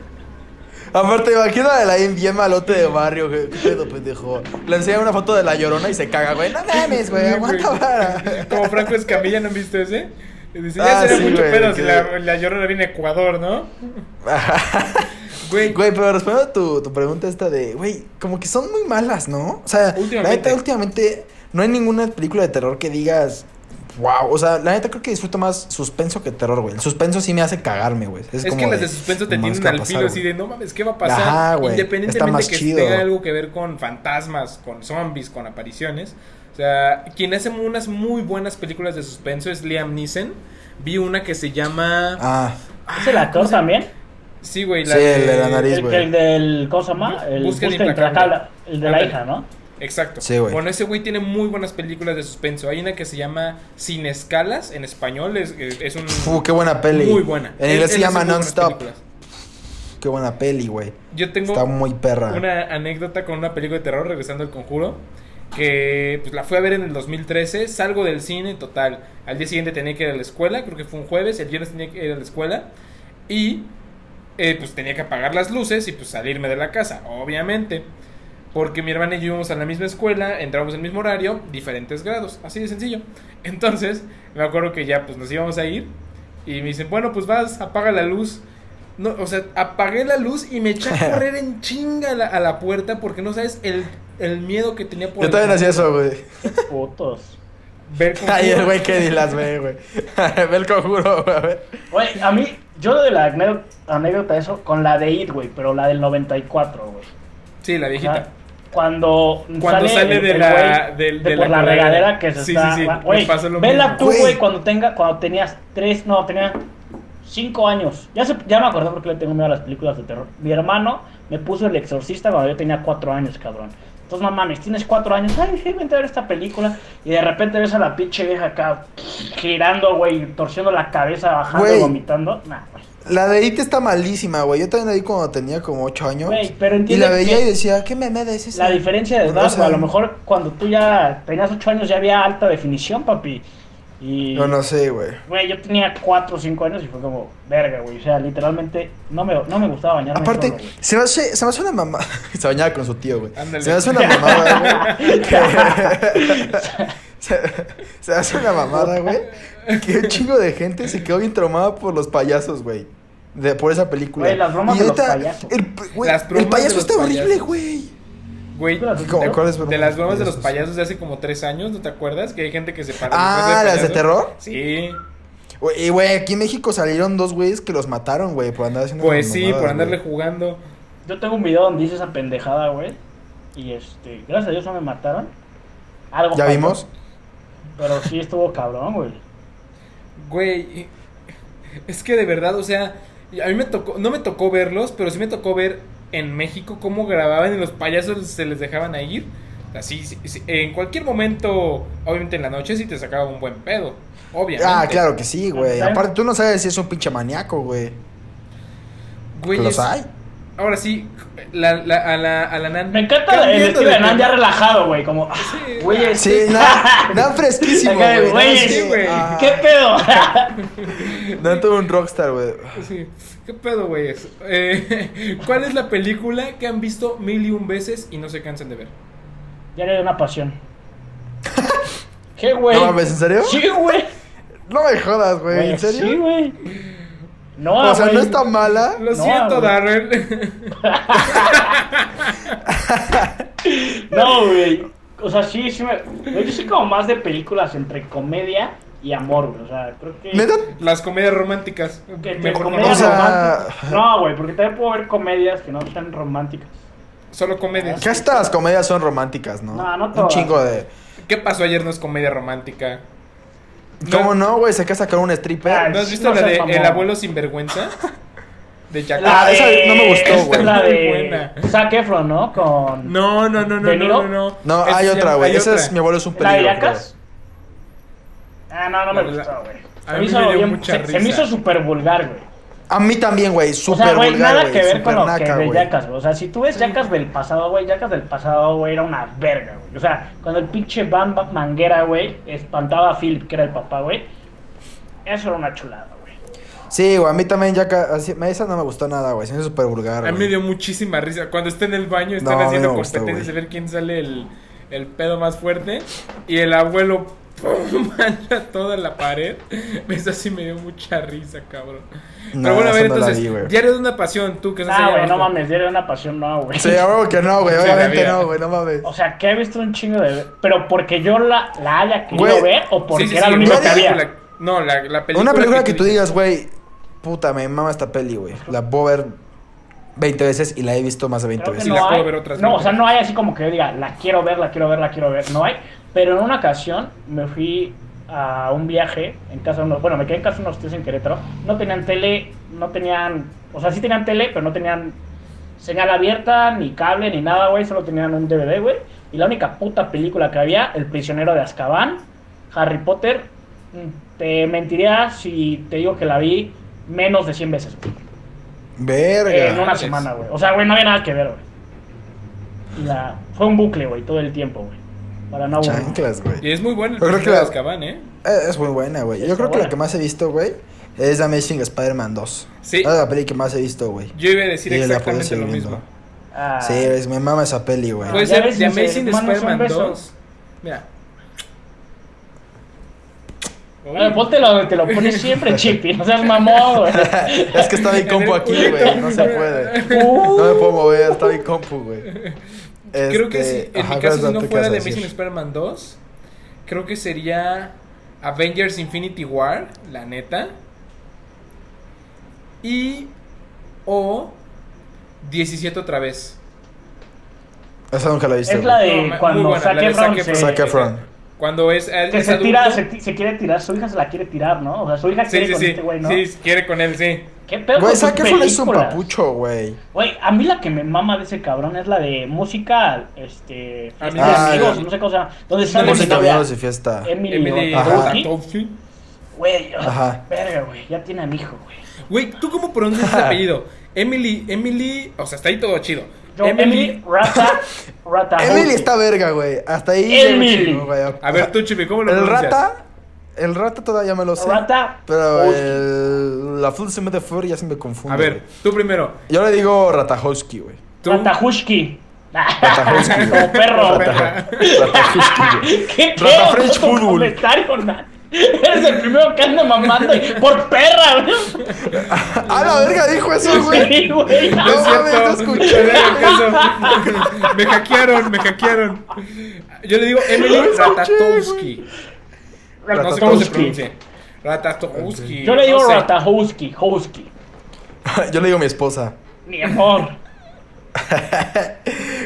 S2: Aparte, imagina de la bien malote de barrio, güey. ¿Qué pedo, pendejo? Le enseña una foto de la llorona y se caga, güey. No [LAUGHS] mames, güey. Aguanta vara.
S1: Como Franco Escamilla, ¿no han visto ese? Dice,
S2: Ah,
S1: ya será
S2: sí,
S1: mucho
S2: güey,
S1: pedo si
S2: que-
S1: la, la llorona viene a Ecuador, ¿no? Güey,
S2: Güey, pero respondiendo a tu, tu pregunta esta de, güey, como que son muy malas, ¿no? O sea, la
S1: Últimamente.
S2: neta, últimamente no hay ninguna película de terror que digas, wow. O sea, la neta creo que disfruto más suspenso que terror, güey. El suspenso sí me hace cagarme, güey. Es,
S1: es,
S2: como
S1: que las de
S2: de,
S1: suspenso te
S2: "No mames,
S1: tienen
S2: ¿qué va a
S1: al
S2: pasar,
S1: filo así
S2: güey?"
S1: de, no mames, ¿qué va a pasar?
S2: Ajá, güey, está
S1: Independientemente
S2: más
S1: que
S2: chido.
S1: tenga algo que ver con fantasmas, con zombies, con apariciones. O sea, quien hace unas muy buenas películas de suspenso es Liam Neeson. Vi una que se llama...
S2: Ah,
S3: ¿Es el actor también?
S1: Sí, güey, la
S2: Sí,
S1: de...
S2: el de la nariz. Sí,
S3: El,
S2: güey.
S3: el del. ¿Cómo se llama? El
S1: Busca el
S3: Busca
S1: Implacable.
S3: Implacable, El de la
S1: Ándale.
S3: hija, ¿no?
S1: Exacto.
S2: Sí, güey.
S1: Bueno, ese güey tiene muy buenas películas de suspenso. Hay una que se llama Sin Escalas, en español, es, es un...
S2: fu, qué buena peli.
S1: muy buena.
S2: En
S1: Él-
S2: inglés
S1: él
S2: se
S1: hace
S2: llama
S1: muy buenas
S2: Non-Stop.
S1: películas.
S2: Qué buena peli, güey.
S1: Yo tengo
S2: Está muy perra.
S1: una anécdota con una película de terror, regresando al conjuro, que pues, la fui a ver en el 2013, salgo del cine total. Al día siguiente tenía que ir a la escuela, creo que fue un jueves, el viernes tenía que ir a la escuela y eh, pues tenía que apagar las luces y pues salirme de la casa, obviamente. Porque mi hermana y yo íbamos a la misma escuela, entramos en el mismo horario, diferentes grados, así de sencillo. Entonces, me acuerdo que ya pues nos íbamos a ir y me dicen, bueno, pues vas, apaga la luz. No, o sea, apagué la luz y me eché
S2: [LAUGHS]
S1: a correr en chinga a la, a la puerta porque no sabes el, el miedo que tenía por
S2: Yo
S1: el-
S2: también hacía eso, güey.
S3: Putos.
S1: ver cómo-
S2: [LAUGHS] Ay, el güey que ni las ve, güey. [LAUGHS] ve el conjuro, güey. A ver.
S3: Güey, a mí, yo lo de la anécdota- anécdota eso con la de It, güey, pero la del 94, güey.
S1: Sí, la viejita.
S2: Ah.
S3: Ajá. Cuando,
S1: Cuando sale
S3: el-
S1: de
S3: el
S1: la-
S3: güey
S1: del- de
S3: por
S1: la
S3: la
S1: regadera.
S3: regadera que se
S1: Sí,
S3: está.
S1: sí, sí, me
S3: Güey,
S1: pasa lo
S3: vela
S1: mismo.
S3: tú, güey,
S2: Güey.
S3: cuando tenga, cuando tenías tres, no, tenía cinco años. Ya se, ya me acordé porque le tengo miedo a las películas de terror. Mi hermano me puso el exorcista cuando yo tenía cuatro años, cabrón. Entonces, no mames, tienes cuatro años, ay, sí, vente a ver esta película. Y de repente ves a la pinche vieja acá girando, güey, torciendo la cabeza, bajando,
S2: Güey.
S3: vomitando. Nah, güey.
S2: La de IT está malísima, güey. Yo también la vi cuando tenía como 8 años.
S3: Güey, pero
S2: y
S3: entiende
S2: la veía
S3: que-
S2: y decía, ¿qué me es esa?
S3: La diferencia de
S2: Bueno,
S3: edad,
S2: o sea,
S3: güey, a lo mejor cuando tú ya tenías 8 años ya había alta definición, papi. Y,
S2: No, no sé, güey.
S3: güey, yo tenía 4 o 5 años y fue como, verga, güey. O sea, literalmente no me, no me gustaba bañarme
S2: Aparte,
S3: solo, güey.
S2: se me hace, se me hace una mamá. [LAUGHS] se bañaba con su tío, güey.
S1: Ándale.
S2: Se me hace una mamada,
S3: [LAUGHS]
S2: güey. que- se, se me hace una mamada, güey. Que un chingo de gente se quedó bien traumada por los payasos, güey. De, por esa película.
S3: Güey, las bromas
S2: Y
S3: de los
S2: neta,
S3: payasos.
S2: El, güey,
S1: Las
S2: el
S1: bromas de
S2: payaso
S1: los
S2: está horrible,
S1: payasos.
S2: güey.
S1: Güey,
S3: Pero-
S1: de-
S2: ¿Cómo- cuáles
S1: de las bromas de los
S2: payasos?
S1: payasos de hace como tres años, ¿no te acuerdas? Que hay gente que se para.
S2: Ah,
S1: disfraz
S2: ¿las de
S1: payaso.
S2: terror?
S1: Sí.
S2: Güey, y, güey, aquí en México salieron dos güeyes que los mataron, güey, por andar haciendo
S1: Pues
S2: esas
S1: sí,
S2: mamadas,
S1: por andarle
S2: güey.
S1: jugando.
S3: Yo tengo un video donde hice esa pendejada, güey. Y este, gracias a Dios no me mataron. Algo
S2: ¿Ya
S3: pasó,
S2: vimos?
S3: Pero sí estuvo cabrón, güey.
S1: Güey, es que de verdad, o sea, a mí me tocó, no me tocó verlos, pero sí me tocó ver en México cómo grababan y los payasos se les dejaban a ir. Así, sí, sí, en cualquier momento, obviamente en la noche, sí te sacaba un buen pedo. Obviamente.
S2: Ah, claro que sí, güey.
S3: ¿Saben?
S2: Aparte, tú no sabes si es un pinche maníaco, güey.
S1: Güey,
S2: Los
S1: es-
S2: hay.
S1: Ahora sí, la, la- a, la, a la Nan.
S3: Me encanta el
S1: Cambiando
S3: estilo
S1: de
S3: de Nan
S1: tema.
S3: ya relajado, güey. Como, ah,
S1: Sí.
S3: güey,
S2: Sí,
S3: este-
S2: nada, nada fresquísimo,
S3: Acá de,
S2: güey. nada
S3: güey,
S2: así,
S1: sí, güey.
S2: ah,
S3: [LAUGHS] ¿Qué pedo? [LAUGHS]
S2: nada todo un rockstar, güey.
S1: Sí. ¿Qué pedo, güey? Eh, [LAUGHS] ¿Cuál es la película que han visto mil y un veces y no se cansan de ver?
S3: Diario de una
S2: [LAUGHS]
S3: pasión. ¿Qué, güey?
S2: No mames, ¿en serio?
S3: Sí, güey.
S2: No me jodas, güey.
S3: Güey,
S2: ¿En serio?
S3: Sí, güey. No,
S2: o sea,
S3: güey.
S2: no está mala.
S1: Lo
S3: No,
S1: siento, [LAUGHS]
S3: güey.
S1: Darren.
S3: No, güey. O sea, sí, sí me. güey, yo soy como más de películas entre comedia y amor, güey. O sea, creo que.
S2: ¿Neta?
S1: Las comedias románticas.
S3: que entre
S1: Mejor no.
S3: comedias
S2: O sea-
S3: románticas. No, güey, porque también puedo ver comedias que no sean románticas.
S1: Solo comedias.
S2: Casi todas las comedias son románticas, ¿no?
S3: No, no
S2: Un
S3: todas.
S2: chingo de.
S1: ¿Qué pasó ayer? No es comedia romántica.
S2: ¿Cómo no, güey? Se queda sacar un
S3: Ah,
S2: stripper.
S1: ¿No has visto
S3: No
S1: la
S3: seas
S1: de
S3: mamón.
S1: El abuelo
S3: [LAUGHS]
S1: sinvergüenza? De Jack.
S2: La- Ah, esa no me gustó, güey.
S3: La
S1: Muy
S3: de.
S1: buena.
S3: Zac Efron, ¿no? Con.
S1: No, no, no, no,
S3: ¿De
S1: no,
S3: Niro?
S1: no, no.
S2: No,
S1: Esa
S2: hay
S1: se
S2: otra,
S1: llama-
S2: güey.
S1: hay
S2: Ese
S1: otra.
S2: es mi abuelo es un
S3: ¿La de
S2: peligro.
S3: Yacas? Ah, no, no me
S1: La- la-
S3: gustó, güey.
S1: a
S3: Se
S1: mí me
S3: hizo
S1: dio
S3: bien-
S1: mucha
S3: se- Se me
S1: risa.
S3: hizo súper vulgar, güey.
S2: A mí también, güey.
S3: O
S2: Súper
S3: sea, güey,
S2: vulgar,
S3: nada
S2: güey,
S3: que ver
S2: súper
S3: con lo que
S2: naca,
S3: de
S2: güey.
S3: Jackass, güey. O sea, si tú ves Jackass del pasado, güey, Jackass del pasado, güey, era una verga, güey. O sea, cuando el pinche Bam Bam Manguera, güey, espantaba a Philip, que era el papá, güey, eso era una chulada, güey.
S2: Sí, güey, a mí también Jackass. así- Esa no me gustó nada, güey. Se me hizo súper vulgar.
S1: A mí me
S2: güey.
S1: dio muchísima risa. Cuando está en el baño,
S2: No,
S1: están
S2: a mí
S1: haciendo
S2: no me gustó,
S1: competencias de
S2: güey.
S1: ver quién sale el, el pedo más fuerte. Y el abuelo [LAUGHS] ¡pum! mancha toda la pared. Eso sí me dio mucha risa, cabrón.
S2: No,
S1: Pero bueno, a
S2: esa
S1: ver,
S2: no la
S1: entonces,
S2: vi, güey.
S1: diario de una pasión, tú que estás
S3: Ah,
S1: allá
S3: güey, no
S1: abajo.
S3: mames, diario de una pasión, no, güey.
S2: Sí, güey, que no,
S1: [LAUGHS]
S2: güey.
S1: Sí, la
S2: Obviamente
S1: vida.
S2: no, güey. No mames.
S3: O sea, que he visto un chingo de... Pero porque yo la, la haya querido
S2: Güey.
S3: ver o porque
S1: Sí, sí,
S3: era
S1: sí,
S3: lo único
S1: una
S3: que había.
S1: película- No, la, la película.
S2: Una película que tú
S1: dices,
S2: digas, güey, puta, me mama esta peli, güey. La puedo ver 20 veces y la he visto más de 20
S3: Creo que
S2: veces.
S1: Sí,
S3: no
S1: la puedo
S3: hay.
S1: ver otras
S3: no, o
S1: veces.
S3: sea, no hay así como que yo diga, la quiero ver, la quiero ver, la quiero ver. No hay. Pero en una ocasión me fui a un viaje en casa de unos. Bueno, me quedé en casa de unos tíos en Querétaro. No tenían tele, no tenían. O sea, sí tenían tele, pero no tenían señal abierta, ni cable, ni nada, güey. Solo tenían un DVD, güey. Y la única puta película que había, El prisionero de Azkaban, Harry Potter. mm, Te mentiría si te digo que la vi menos de 100 veces, güey. Eh, en
S2: Verga.
S3: una
S1: Madres.
S3: semana, güey. O sea, güey, no había nada que ver, güey. Y la- Fue un bucle, güey, todo el tiempo, güey. Para no aburrir.
S2: Chanclas,
S1: Y
S2: güey. Eh,
S1: es muy bueno el
S2: Yo creo que
S1: prisionero de
S2: la-
S1: Azkaban, ¿eh?
S2: Es muy buena, güey. Yo
S3: Está
S2: creo que la
S3: buena.
S2: que más he visto, güey, es Amazing Spider-Man 2.
S1: Sí.
S2: Es la peli que más he visto, güey.
S1: Yo iba a decir
S2: Y la puedo
S1: exactamente
S2: seguir
S1: lo
S2: viendo.
S1: mismo. Pues
S3: Ah,
S2: Sí, es- me mama esa peli, güey.
S1: Puede
S3: ya
S1: ser
S3: ves,
S1: The
S3: mis
S1: Amazing
S3: hermanos son
S1: Spider-Man
S3: besos.
S1: 2. Mira.
S3: eh, póntelo donde te lo pones siempre, Chippy. No seas
S1: [LAUGHS]
S3: mamón, güey.
S2: Es que está mi compu
S1: En el
S2: aquí, güey.
S1: culito.
S2: No se puede.
S3: Uh,
S2: No me puedo mover, está mi compu, güey.
S1: Creo que si
S2: Este,
S1: en
S2: ajá,
S1: mi
S2: ¿cuál
S1: caso
S2: es
S1: si
S2: la
S1: no
S2: otra que
S1: fuera
S2: vas a
S1: de
S2: decir?
S1: Amazing Spider-Man 2, creo que sería Avengers Infinity War, la neta. Y o 17 otra vez.
S2: Esa nunca la he visto.
S3: es la
S2: güey.
S1: No,
S3: de
S1: ma-
S3: cuando
S1: muy buena,
S3: Zac
S1: la de
S3: Efron
S1: Zac
S3: se-
S2: Zac Efron.
S1: Cuando es, es
S3: que se
S1: adulto.
S3: tira, se, ti- se quiere tirar, su hija se la quiere tirar, ¿no? O sea, su hija
S1: Sí,
S3: quiere
S1: sí,
S3: con
S1: sí.
S3: este güey, ¿no?
S1: Sí, quiere con él, sí.
S3: ¿Qué
S2: Güey,
S3: pedo con sus
S2: Zac Efron es un
S3: películas?
S2: papucho, güey.
S3: Güey, a mí la que me mama de ese cabrón es la de música, este,
S1: Ah,
S3: fiesta de
S2: ya.
S3: amigos, no sé qué, o sea, donde sale
S2: Música,
S3: mi novia,
S2: amigos y fiesta.
S3: Emily,
S1: Emily
S2: Ajá.
S3: Ratajkowski.
S1: Ratajkowski.
S3: Güey, o sea,
S2: Ajá.
S3: verga, güey, ya tiene a mi hijo, güey.
S1: Güey, ¿tú cómo pronuncias
S3: [LAUGHS]
S1: el apellido? Emily, Emily, o sea, está ahí todo chido.
S3: Yo, Emily,
S1: [LAUGHS]
S3: Rata, Rata.
S2: Emily está verga, güey. Hasta ahí. ya me
S3: Emily.
S2: chingo, güey.
S1: A ver, tú, Chibi, ¿cómo lo
S2: El
S1: pronuncias?
S2: rata. El rata todavía me lo sé.
S3: Rata.
S2: Pero
S3: Uy.
S2: el, la full se mete fuera y ya se me confunde.
S1: A ver,
S2: güey.
S1: tú primero.
S2: Yo le digo Ratajowski, güey.
S1: Tú.
S3: Ratajushki.
S2: Ratajowski, güey.
S3: [LAUGHS] Como perro.
S1: Rata-
S2: Ratajowski, güey.
S3: [LAUGHS] ¿Qué
S2: Rata
S3: pedo
S2: French
S3: con tu
S2: Football.
S3: comentario, Nat? Eres el primero que anda mamando y- por perra, güey.
S2: A la verga dijo eso, güey.
S3: Sí, güey.
S1: No es
S2: No mames, no
S1: [LAUGHS] cierto.
S2: escuché.
S1: Te dejo queso. me hackearon, me hackearon. Yo le digo Emily Ratatowski. No sé cómo se
S3: Ratajowski.
S1: pronuncia. Ratatowski.
S3: Yo le digo
S1: no sé.
S3: Ratajowski, Howski.
S2: [LAUGHS] Yo le digo mi esposa.
S3: Mi amor.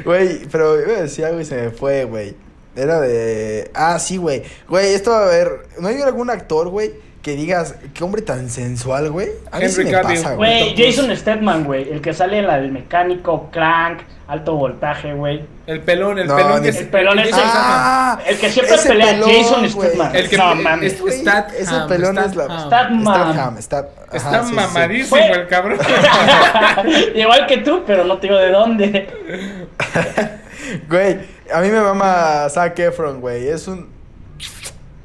S2: Güey, pero iba a decir algo y se me fue, güey. Era de. Ah, sí, güey. Güey, esto va a ver. ¿No hay algún actor, güey, que digas, qué hombre tan sensual, güey? A mí sí
S1: Henry
S2: me
S1: Cavill.
S2: pasa, güey.
S3: Güey, Jason Statham, güey. El que sale en la del mecánico, crank, alto voltaje, güey.
S1: El pelón, el
S2: No,
S1: pelón.
S2: ni-
S1: que Ah, es-
S3: El pelón
S1: que
S3: es
S1: Jason Statham.
S3: El que siempre
S2: Ah, ese
S3: pelea, Jason
S2: güey.
S3: Statham.
S1: El que
S3: No,
S1: eh,
S3: mames.
S1: es-
S2: Güey,
S1: Statham,
S2: Ese pelón es la.
S1: Statham.
S3: Statham.
S2: Statham, Stat-
S1: Está
S2: ajá, sí, sí, sí.
S1: mamadísimo
S3: Fue-
S1: el cabrón.
S3: [LAUGHS] Igual que tú, pero no te digo de dónde.
S2: Güey, a mí me mama Zac Efron, güey. Es un.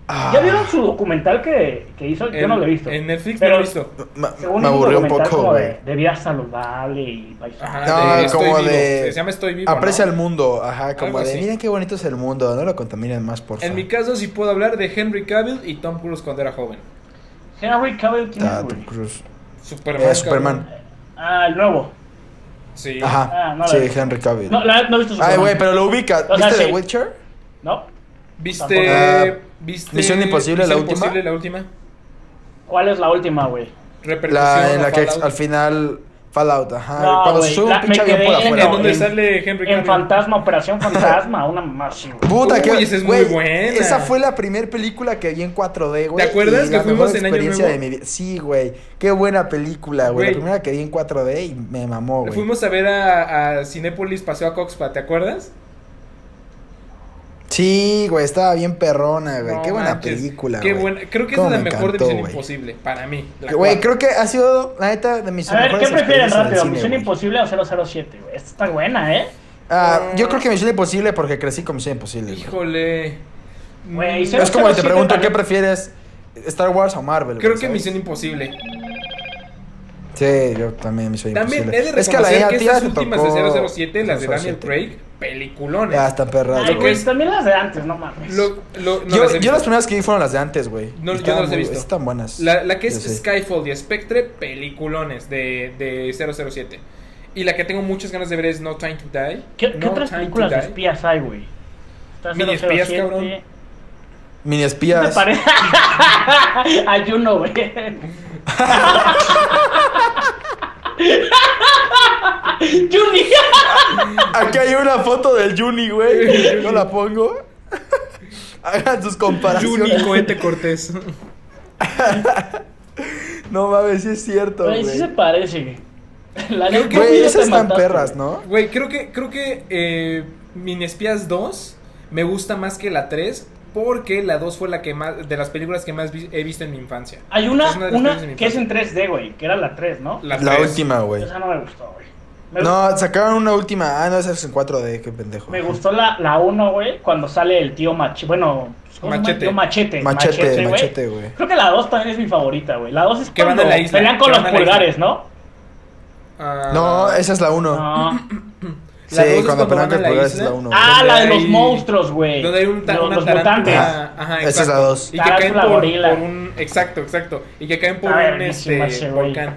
S2: Ah,
S3: ¿Ya vieron su documental que, que hizo? [LAUGHS] Yo
S1: En-
S3: no lo he visto.
S1: En Netflix no
S3: Pero
S1: lo he visto.
S2: ma-
S3: según
S2: me
S3: es un
S2: aburrió un
S3: documental
S2: poco,
S3: como
S2: güey.
S3: De, de vida saludable y paisaje.
S1: Ajá,
S2: No,
S1: de Estoy
S2: como
S1: Vivo.
S2: de.
S1: Se llama Estoy Vivo, ¿no?
S2: Aprecia el mundo, ajá, como
S1: Algo
S2: de.
S1: así.
S2: Miren qué bonito es el mundo, no lo contaminen más, por favor.
S1: En mi caso sí puedo hablar de Henry Cavill y Tom Cruise cuando era joven.
S3: Henry Cavill, ¿quién es,
S2: Está Tom
S3: güey?
S2: Cruise.
S1: Ah, Superman.
S2: Eh,
S1: cabrón.
S2: Superman.
S3: Ah, el nuevo.
S1: Sí.
S2: Ajá.
S3: Ah, no la
S2: sí,
S3: vi.
S2: Henry Cavill.
S3: No, la, no he visto su
S2: Ay,
S3: programa.
S2: güey, pero lo ubicas.
S3: O sea,
S2: ¿Viste The
S3: sí.
S2: Witcher?
S3: ¿No?
S1: ¿Viste,
S2: Ah,
S1: ¿Viste
S2: Misión Imposible, la última?
S1: Imposible, la última?
S3: ¿Cuál es la última, güey?
S1: Repercusión.
S2: La, en
S1: o
S2: la que
S1: Fallout.
S2: al final. Fallout, ajá.
S3: No,
S2: Cuando
S3: güey,
S2: sube
S3: la-
S2: un
S3: me
S2: pinche avión
S3: quedé
S2: por
S3: en
S2: afuera.
S1: ¿En dónde
S3: en-
S1: sale Henry Cavill?
S3: En Fantasma, Operación Fantasma, una mamá así, güey.
S2: [LAUGHS] Puta,
S1: Uy,
S2: que.
S1: esa es muy
S2: güey,
S1: buena.
S2: Esa fue la primera película que vi en 4D, güey.
S1: ¿Te acuerdas
S2: y
S1: que
S2: la mejor
S1: fuimos en Año
S2: experiencia
S1: Nuevo?
S2: de mi vida. Sí, güey. Qué buena película, güey. La
S1: Güey.
S2: primera que vi en 4D y me mamó, güey.
S1: Fuimos a ver a, a Cinépolis Paseo a Coxpa, ¿te acuerdas?
S2: Sí, güey, estaba bien perrona, güey.
S1: No
S2: qué buena
S1: manches,
S2: película,
S1: Qué
S2: güey.
S1: buena. Creo que es
S2: Cómo
S1: la
S2: me
S1: mejor de
S2: encantó,
S1: Misión
S2: güey.
S1: Imposible para mí. la
S2: Güey,
S1: cuatro.
S2: creo que ha sido, la neta, de mis
S3: A ver, ¿qué
S2: mejores
S3: prefieren
S2: experiencias en
S3: rápido?
S2: el
S3: ¿Misión
S2: cine, güey.
S3: Imposible o 007, güey? Esta está buena, ¿eh?
S2: Ah, yo creo que Misión Imposible porque crecí con Misión Imposible. güey.
S1: Híjole.
S3: Güey,
S1: Mm,
S3: ¿y
S2: Es como que te
S3: 007
S2: pregunto, ¿qué
S3: también.
S2: prefieres? ¿Star Wars o Marvel?
S1: Creo
S2: güey,
S1: que
S2: sabes?
S1: Misión Imposible.
S2: Sí, yo también Misión
S1: También
S2: Imposible.
S1: he de reconocer que, estas últimas de 007, las de Daniel
S2: 007.
S1: Craig, peliculones.
S2: Ya están perras,
S3: Ay,
S1: Lo que
S2: güey.
S3: güey,
S1: es-
S3: también las de antes, no mames.
S1: Lo- lo- no
S2: yo,
S1: las he
S2: yo
S1: visto.
S2: las primeras que vi fueron las de antes, güey.
S1: No, yo no
S2: Estaban
S1: las he
S2: muy-
S1: visto.
S2: Están buenas.
S1: La, la que es
S2: Yo sé.
S1: Skyfall y Spectre, peliculones de, de 007. Y la que tengo muchas ganas de ver es No Time to Die.
S3: ¿Qué,
S1: no
S3: qué otras
S1: Time to
S3: películas de
S1: Die.
S3: espías hay, güey? Está
S1: Mini espías, cabrón.
S2: Mini
S3: Me
S2: espías.
S3: parece. [LAUGHS] Hay uno, güey. Judy.
S2: [LAUGHS] Aquí hay una foto del Juni,
S1: [LAUGHS]
S2: güey. Yo la pongo. [LAUGHS] Hagan sus comparaciones.
S1: Juni Cohete Cortés. [LAUGHS]
S2: No mames, sí es cierto,
S3: Güey,
S2: güey.
S3: sí se parece, güey. La neta,
S1: que-
S3: sí
S2: Güey,
S3: te
S2: esas están
S3: mataste,
S2: perras,
S3: güey.
S2: ¿no?
S1: Güey, creo que, creo que eh, Mini Espías 2 me gusta más que la 3 porque la 2 fue la que más, de las películas que más vi- he visto en mi infancia.
S3: Hay una,
S1: Es una de las
S3: una
S1: peores de mi
S3: que es en
S1: parte.
S3: 3D, güey, que era la 3, ¿no?
S1: La,
S2: La
S1: tres.
S2: última, güey.
S3: Esa no me gustó, güey. Me,
S2: No, sacaron una última. Ah, no, esa es en 4D, qué pendejo.
S3: me gustó la, la 1, güey, cuando sale el tío Machete. Bueno, ¿cómo se llama?
S1: Machete.
S3: Tío Machete.
S2: Machete,
S3: güey.
S2: machete, güey.
S3: Creo que la 2 también es mi favorita, güey. La 2 es
S1: Que van
S3: cuando
S1: a la isla,
S3: pelean con
S1: que
S3: los
S1: van a la isla.
S3: pulgares, ¿no?
S1: Ah,
S2: No, esa es la 1.
S3: No.
S2: Sí,
S1: la dos es
S2: cuando
S1: cuando
S2: pelean
S1: van a
S2: con
S1: la
S2: pulgares es
S1: isla.
S2: la 1.
S3: Ah,
S1: Donde
S3: la de los
S1: hay-
S3: monstrulos, güey.
S1: Donde hay un, ta-
S3: Eh, Los,
S1: una
S3: los
S1: tarántula. Ah.
S3: mutantes.
S1: Ajá, ajá,
S2: Esa es la
S1: exacto.
S2: dos.
S1: Y que caen
S3: Tarántula,
S1: por,
S3: gorila.
S1: por un. Exacto, exacto. Y que caen por
S3: A ver,
S1: un
S3: buenísima
S1: este,
S3: ese, güey.
S1: volcán.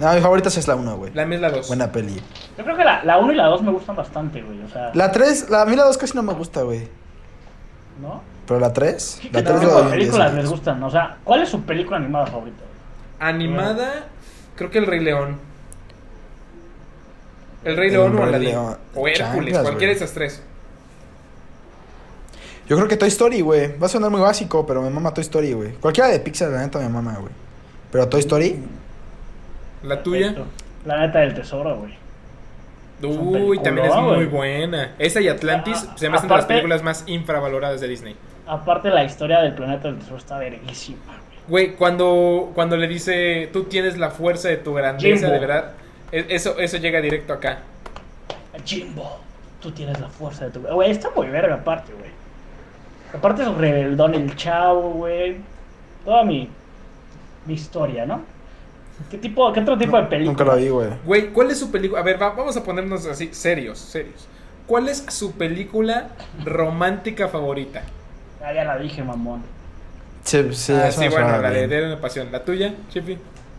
S2: No, mi favorita sí es la 1, güey.
S1: La mía es la 2.
S2: Buena peli.
S3: Yo creo que la, la 1 y la 2 me gustan bastante, güey. O sea,
S2: La 3, la, a mí la 2 casi no me gusta, güey.
S3: ¿no?
S2: Pero la 3,
S3: ¿Qué, qué
S2: la 3
S3: tipo
S2: la
S3: de
S2: doy un 10.
S3: películas les gustan? O sea, ¿cuál es su película animada favorita? güey?
S1: Animada, creo que El Rey León. El Rey
S2: El
S1: León o
S2: Rey
S1: Aladdin.
S2: León.
S1: O Hércules,
S2: Chanclas,
S1: cualquiera
S2: güey.
S1: de esas tres.
S2: Yo creo que Toy Story, güey. Va a sonar muy básico, pero me mama Toy Story, güey. Cualquiera de Pixar, la neta, me mama, güey. Pero Toy Story,
S1: La tuya.
S3: Perfecto. La neta del tesoro, güey. Son
S1: Uy, también es
S3: peliculón,
S1: muy
S3: güey.
S1: buena. Esa y Atlantis
S3: Ah,
S1: se me hacen de las
S3: aparte-
S1: películas más infravaloradas de Disney.
S3: Aparte, la historia del planeta del tesoro está verguísima, güey.
S1: Güey, cuando, cuando le dice, tú tienes la fuerza de tu grandeza,
S3: Jimbo.
S1: de verdad. e- Eso, eso llega directo acá.
S3: Jimbo, tú tienes la fuerza de tu... Güey, está muy verga aparte, güey. Aparte es rebeldón el chavo, güey. Toda mi, mi historia, ¿no? ¿Qué, tipo, ¿Qué otro tipo de película?
S2: nunca la vi, güey.
S1: Güey, ¿cuál es su película? A ver, va- vamos a ponernos así, serios, serios. ¿Cuál es su película romántica favorita?
S3: Ah, ya la dije, mamón.
S2: Sí, sí,
S1: ah,
S2: eso
S1: sí
S2: me
S1: bueno,
S2: suena
S1: la de
S2: bien.
S1: Diario de una Pasión. ¿La tuya, Chippy?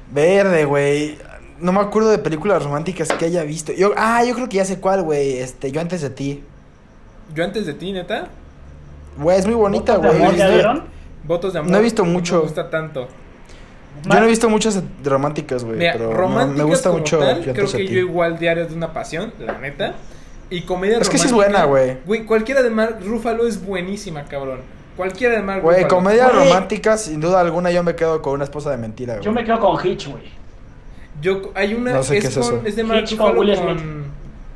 S2: Verde, güey. No me acuerdo de películas románticas que haya visto. Yo, ah, yo creo que ya sé cuál, güey. Este, yo antes de ti.
S1: Yo antes de ti, neta.
S2: Güey, es muy bonita,
S3: ¿Votos de
S2: güey.
S3: amor, ¿Ya
S2: Es de-
S3: vieron?
S1: Votos de amor.
S2: No he visto mucho.
S1: Me gusta tanto.
S2: Yo no he visto muchas de románticas, güey.
S1: Mira,
S2: Pero no,
S1: romántica
S2: me gusta mucho. yo
S1: creo
S2: antes de
S1: que
S2: ti.
S1: yo igual Diario de una Pasión, la neta. Y comedia
S2: Es que sí es
S1: romántica,
S2: buena, güey.
S1: Güey, cualquiera de Mark Ruffalo es buenísima, cabrón. Cualquiera de Mark
S2: Güey,
S1: Ruffalo.
S2: comedia
S3: Güey.
S2: romántica, sin duda alguna, yo me quedo con una esposa de mentira, güey.
S3: Yo [LAUGHS] me quedo con Hitch, güey.
S1: Yo, hay una.
S2: No sé
S1: es,
S2: qué es
S1: con-
S2: eso.
S1: es de Mark
S3: Hitch con
S1: Ruffalo
S3: Will
S1: con.
S3: Smith.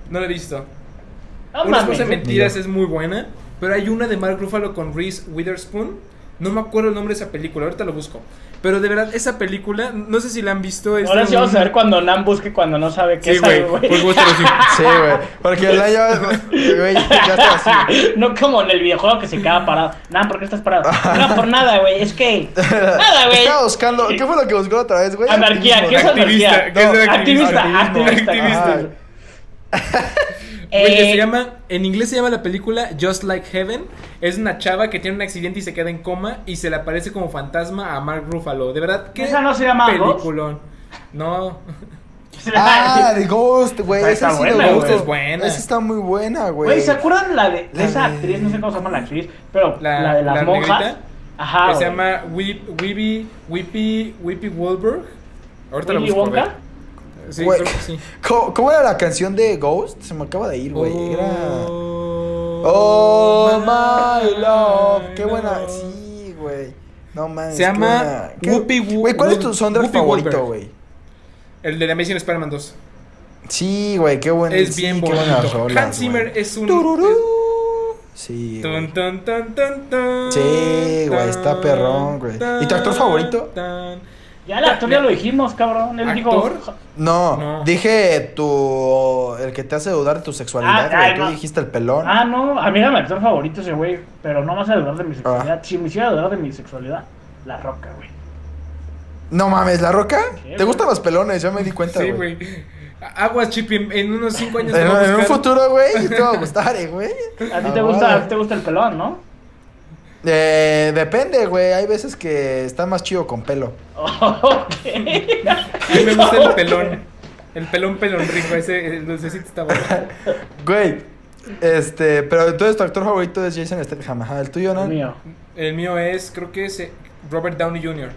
S1: No la he visto.
S3: No
S1: Unas
S3: mames.
S1: cosas de mentiras
S2: Ya.
S1: es muy buena, pero hay una de Mark Ruffalo con Reese Witherspoon. No me acuerdo el nombre de esa película, ahorita lo busco. Pero de verdad, esa película, no sé si la han visto. es
S3: Ahora
S1: de
S3: sí vamos
S1: un-
S3: a ver cuando Nam busque cuando no sabe qué
S1: Sí,
S3: es algo,
S1: güey. Pues búscalo,
S3: [LAUGHS]
S1: sí.
S3: Ah.
S2: Sí, güey. Porque la ya. Güey, ya está así.
S3: [LAUGHS] No como en el videojuego que se queda parado. Nam, ¿por qué
S2: [LAUGHS]
S3: estás parado? No, por nada, güey. Es que. Nada, güey.
S2: Estaba buscando. ¿Qué fue lo que buscó otra vez, güey?
S3: Anarquía, ¿qué es
S2: Activismo.
S3: anarquía?
S1: Activista, ¿qué es
S2: activismo?
S3: activista, activista.
S2: Activista.
S3: güey.
S1: Güey, que
S3: Eh,
S1: se llama, en inglés se llama la película Just Like Heaven. Es una chava que tiene un accidente y se queda en coma y se le aparece como fantasma a Mark Ruffalo. De verdad, qué
S3: ¿Esa no se llama Ghost?
S1: peliculón. No,
S3: se
S2: Ah,
S3: llama-
S2: de Ghost, güey.
S3: Esa
S2: Esa
S3: está
S2: sí la
S3: buena,
S2: busco.
S3: güey.
S1: Es buena.
S2: Esa está muy buena, güey.
S3: Güey, ¿se acuerdan la de, de
S2: La
S3: esa
S2: de-
S3: actriz? No sé cómo se llama la actriz, pero
S1: La-
S3: la, de las
S1: la
S3: monjas.
S1: negrita,
S3: Ajá.
S1: que se
S3: güey.
S1: llama Weep- Weeby- Weepy, Weepy Wahlberg. Ahorita la
S3: Willy
S1: busco. a ver.
S3: Wonka.
S1: Sí,
S2: Güey.
S1: creo que sí.
S2: ¿Cómo, cómo era la canción de Ghost? Se me acaba de ir, güey. Era.
S1: Oh,
S2: Oh, my love. Qué buena. Sí, güey. No mames.
S1: Se
S2: qué
S1: llama
S2: buena. Qué-
S1: Whoopi Wo-
S2: Güey, ¿cuál es tu
S1: Wo-
S2: soundtrack
S1: Whoopi
S2: favorito,
S1: Goldberg.
S2: güey?
S1: El de The Amazing Spider-Man 2.
S2: Sí, güey, qué buena.
S1: Es bien
S2: Qué buenas
S1: bonito.
S2: rolas,
S1: Hans Zimmer
S2: güey.
S1: es un.
S2: Tururú. Sí. güey.
S1: Tun, tun, tun, tun, tun,
S2: Sí, güey,
S1: tan,
S2: está perrón, güey. ¿Y tu actor favorito?
S1: tan.
S3: Ya el actor ya lo dijimos, cabrón. Él dijo.
S1: ¿Actor?
S2: No,
S1: No.
S2: dije tu. El que te hace dudar de tu sexualidad,
S3: Ah,
S2: güey.
S3: ay,
S2: Tú
S3: no.
S2: dijiste el pelón.
S3: Ah, no, a mí era mi actor favorito ese güey, pero no más a dudar de
S2: Ah.
S3: mi sexualidad. Si me hiciera dudar de mi sexualidad, la roca, güey.
S2: No mames, ¿la roca?
S3: Sí,
S2: ¿Te
S3: güey.
S2: gustan los pelones? Ya me di cuenta,
S1: Sí,
S2: güey.
S1: güey. Aguas, Chip, en, en unos 5 años
S2: En,
S1: te va a
S2: en un
S1: buscar.
S2: futuro, güey, te va a gustar, eh, güey.
S3: A ti te
S2: Ah,
S3: gusta, a
S2: vale.
S3: ti te gusta el pelón, ¿no? [LAUGHS]
S2: Eh, depende, güey. Hay veces que está más chido con pelo.
S3: Ok.
S1: A mí me gusta el pelón. El pelón pelón rico, ese eh, el dulcecito está bueno.
S2: Güey, este, pero entonces tu actor favorito es Jason Statham. Ajá, el tuyo, ¿no?
S3: Mío.
S1: El mío es, creo que es eh, Robert Downey Jr.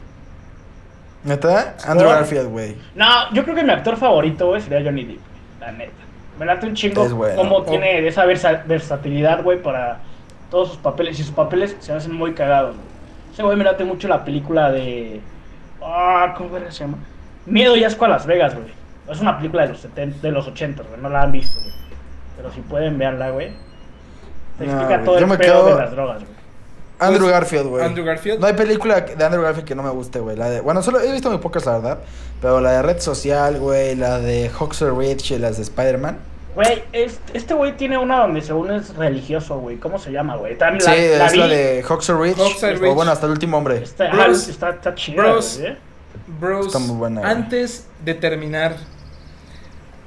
S2: ¿Neta? Andrew
S3: ¿Por?
S2: Garfield, güey.
S3: No, yo creo que mi actor favorito, güey, sería Johnny Depp, la neta. Me late un chingo
S2: Es bueno.
S3: cómo tiene esa versa- versatilidad, güey, para todos sus papeles. Y sus papeles se hacen muy cagados, güey. Ese güey me late mucho la película de... Ah, ¿cómo verga se llama? Miedo y asco a Las Vegas, güey. Es una película de los, 70, de los 80, güey. No la han visto, güey. Pero si pueden, véanla, güey. Te
S2: No,
S3: explica
S2: güey,
S3: todo
S2: yo
S3: el
S2: me
S3: pedo
S2: quedo-
S3: de las drogas, güey.
S2: Andrew
S1: Pues,
S2: Garfield, güey.
S1: Andrew Garfield.
S2: No hay película de Andrew Garfield que no me guste, güey. La de, bueno, solo he visto muy pocas, la verdad. Pero la de Red Social, güey, la de Huxley Rich y las de Spider-Man.
S3: Güey, este este güey tiene una donde según es religioso, güey. ¿Cómo se llama, güey? También
S2: Sí,
S3: la- la
S2: es la
S3: vi.
S2: de Huxley Rich.
S1: Huxley
S2: O
S1: Rich.
S2: bueno, hasta el último hombre.
S3: Está, ajá,
S1: Bros.
S3: está, está chida,
S1: Bros.
S3: güey, ¿eh?
S1: Bros,
S2: Está muy buena, güey.
S1: antes de terminar,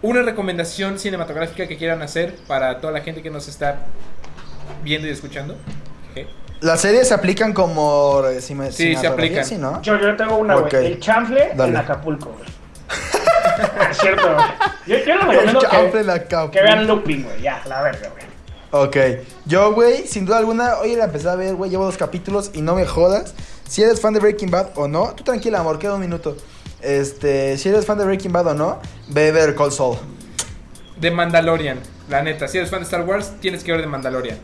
S1: una recomendación cinematográfica que quieran hacer para toda la gente que nos está viendo y escuchando. Ok.
S2: Las series se aplican como. eh, cine-
S1: Sí, se
S2: cinematografía,
S1: aplican.
S2: Sí, ¿no?
S3: Yo, yo tengo una, güey.
S2: Ok.
S3: El chanfle en
S2: Dale.
S3: Acapulco, güey. es cierto, güey. Yo, yo les
S2: El
S3: recomiendo
S2: chanfle
S3: que,
S2: de Acapulco.
S3: que vean Looping, güey. Ya, la verga, güey.
S2: Ok, yo, güey, sin duda alguna, hoy la empecé a ver, güey, llevo dos capítulos y no me jodas. Si eres fan de Breaking Bad o no, tú tranquila, amor, queda un minuto. Este, si eres fan de Breaking Bad o no, ve ver Cold Soul.
S1: De Mandalorian, la neta. Si eres fan de Star Wars, tienes que ver de Mandalorian.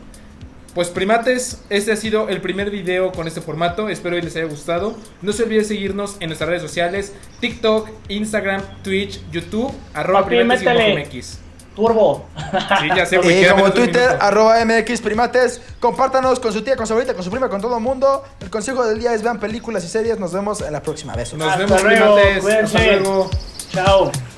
S1: Pues primates, este ha sido el primer video con este formato. Espero que les haya gustado. No se olviden seguirnos en nuestras redes sociales: TikTok, Instagram, Twitch, YouTube, arroba
S3: Papi,
S1: primates y bajo
S3: métele.
S1: MX.
S3: Turbo.
S1: Sí, ya
S2: [LAUGHS]
S1: sé, güey,
S2: Y
S1: queda
S2: Eh, como
S1: menos de un
S2: Twitter,
S1: minuto.
S2: arroba MX Primates, compártanos con su tía, con su abuelita, con su prima, con todo el mundo. El consejo del día es vean películas y series. Nos vemos en la próxima. Besos.
S1: Nos
S3: Hasta
S1: vemos,
S3: luego,
S1: primates. Hasta
S3: cuídense.
S1: luego.
S3: Chao.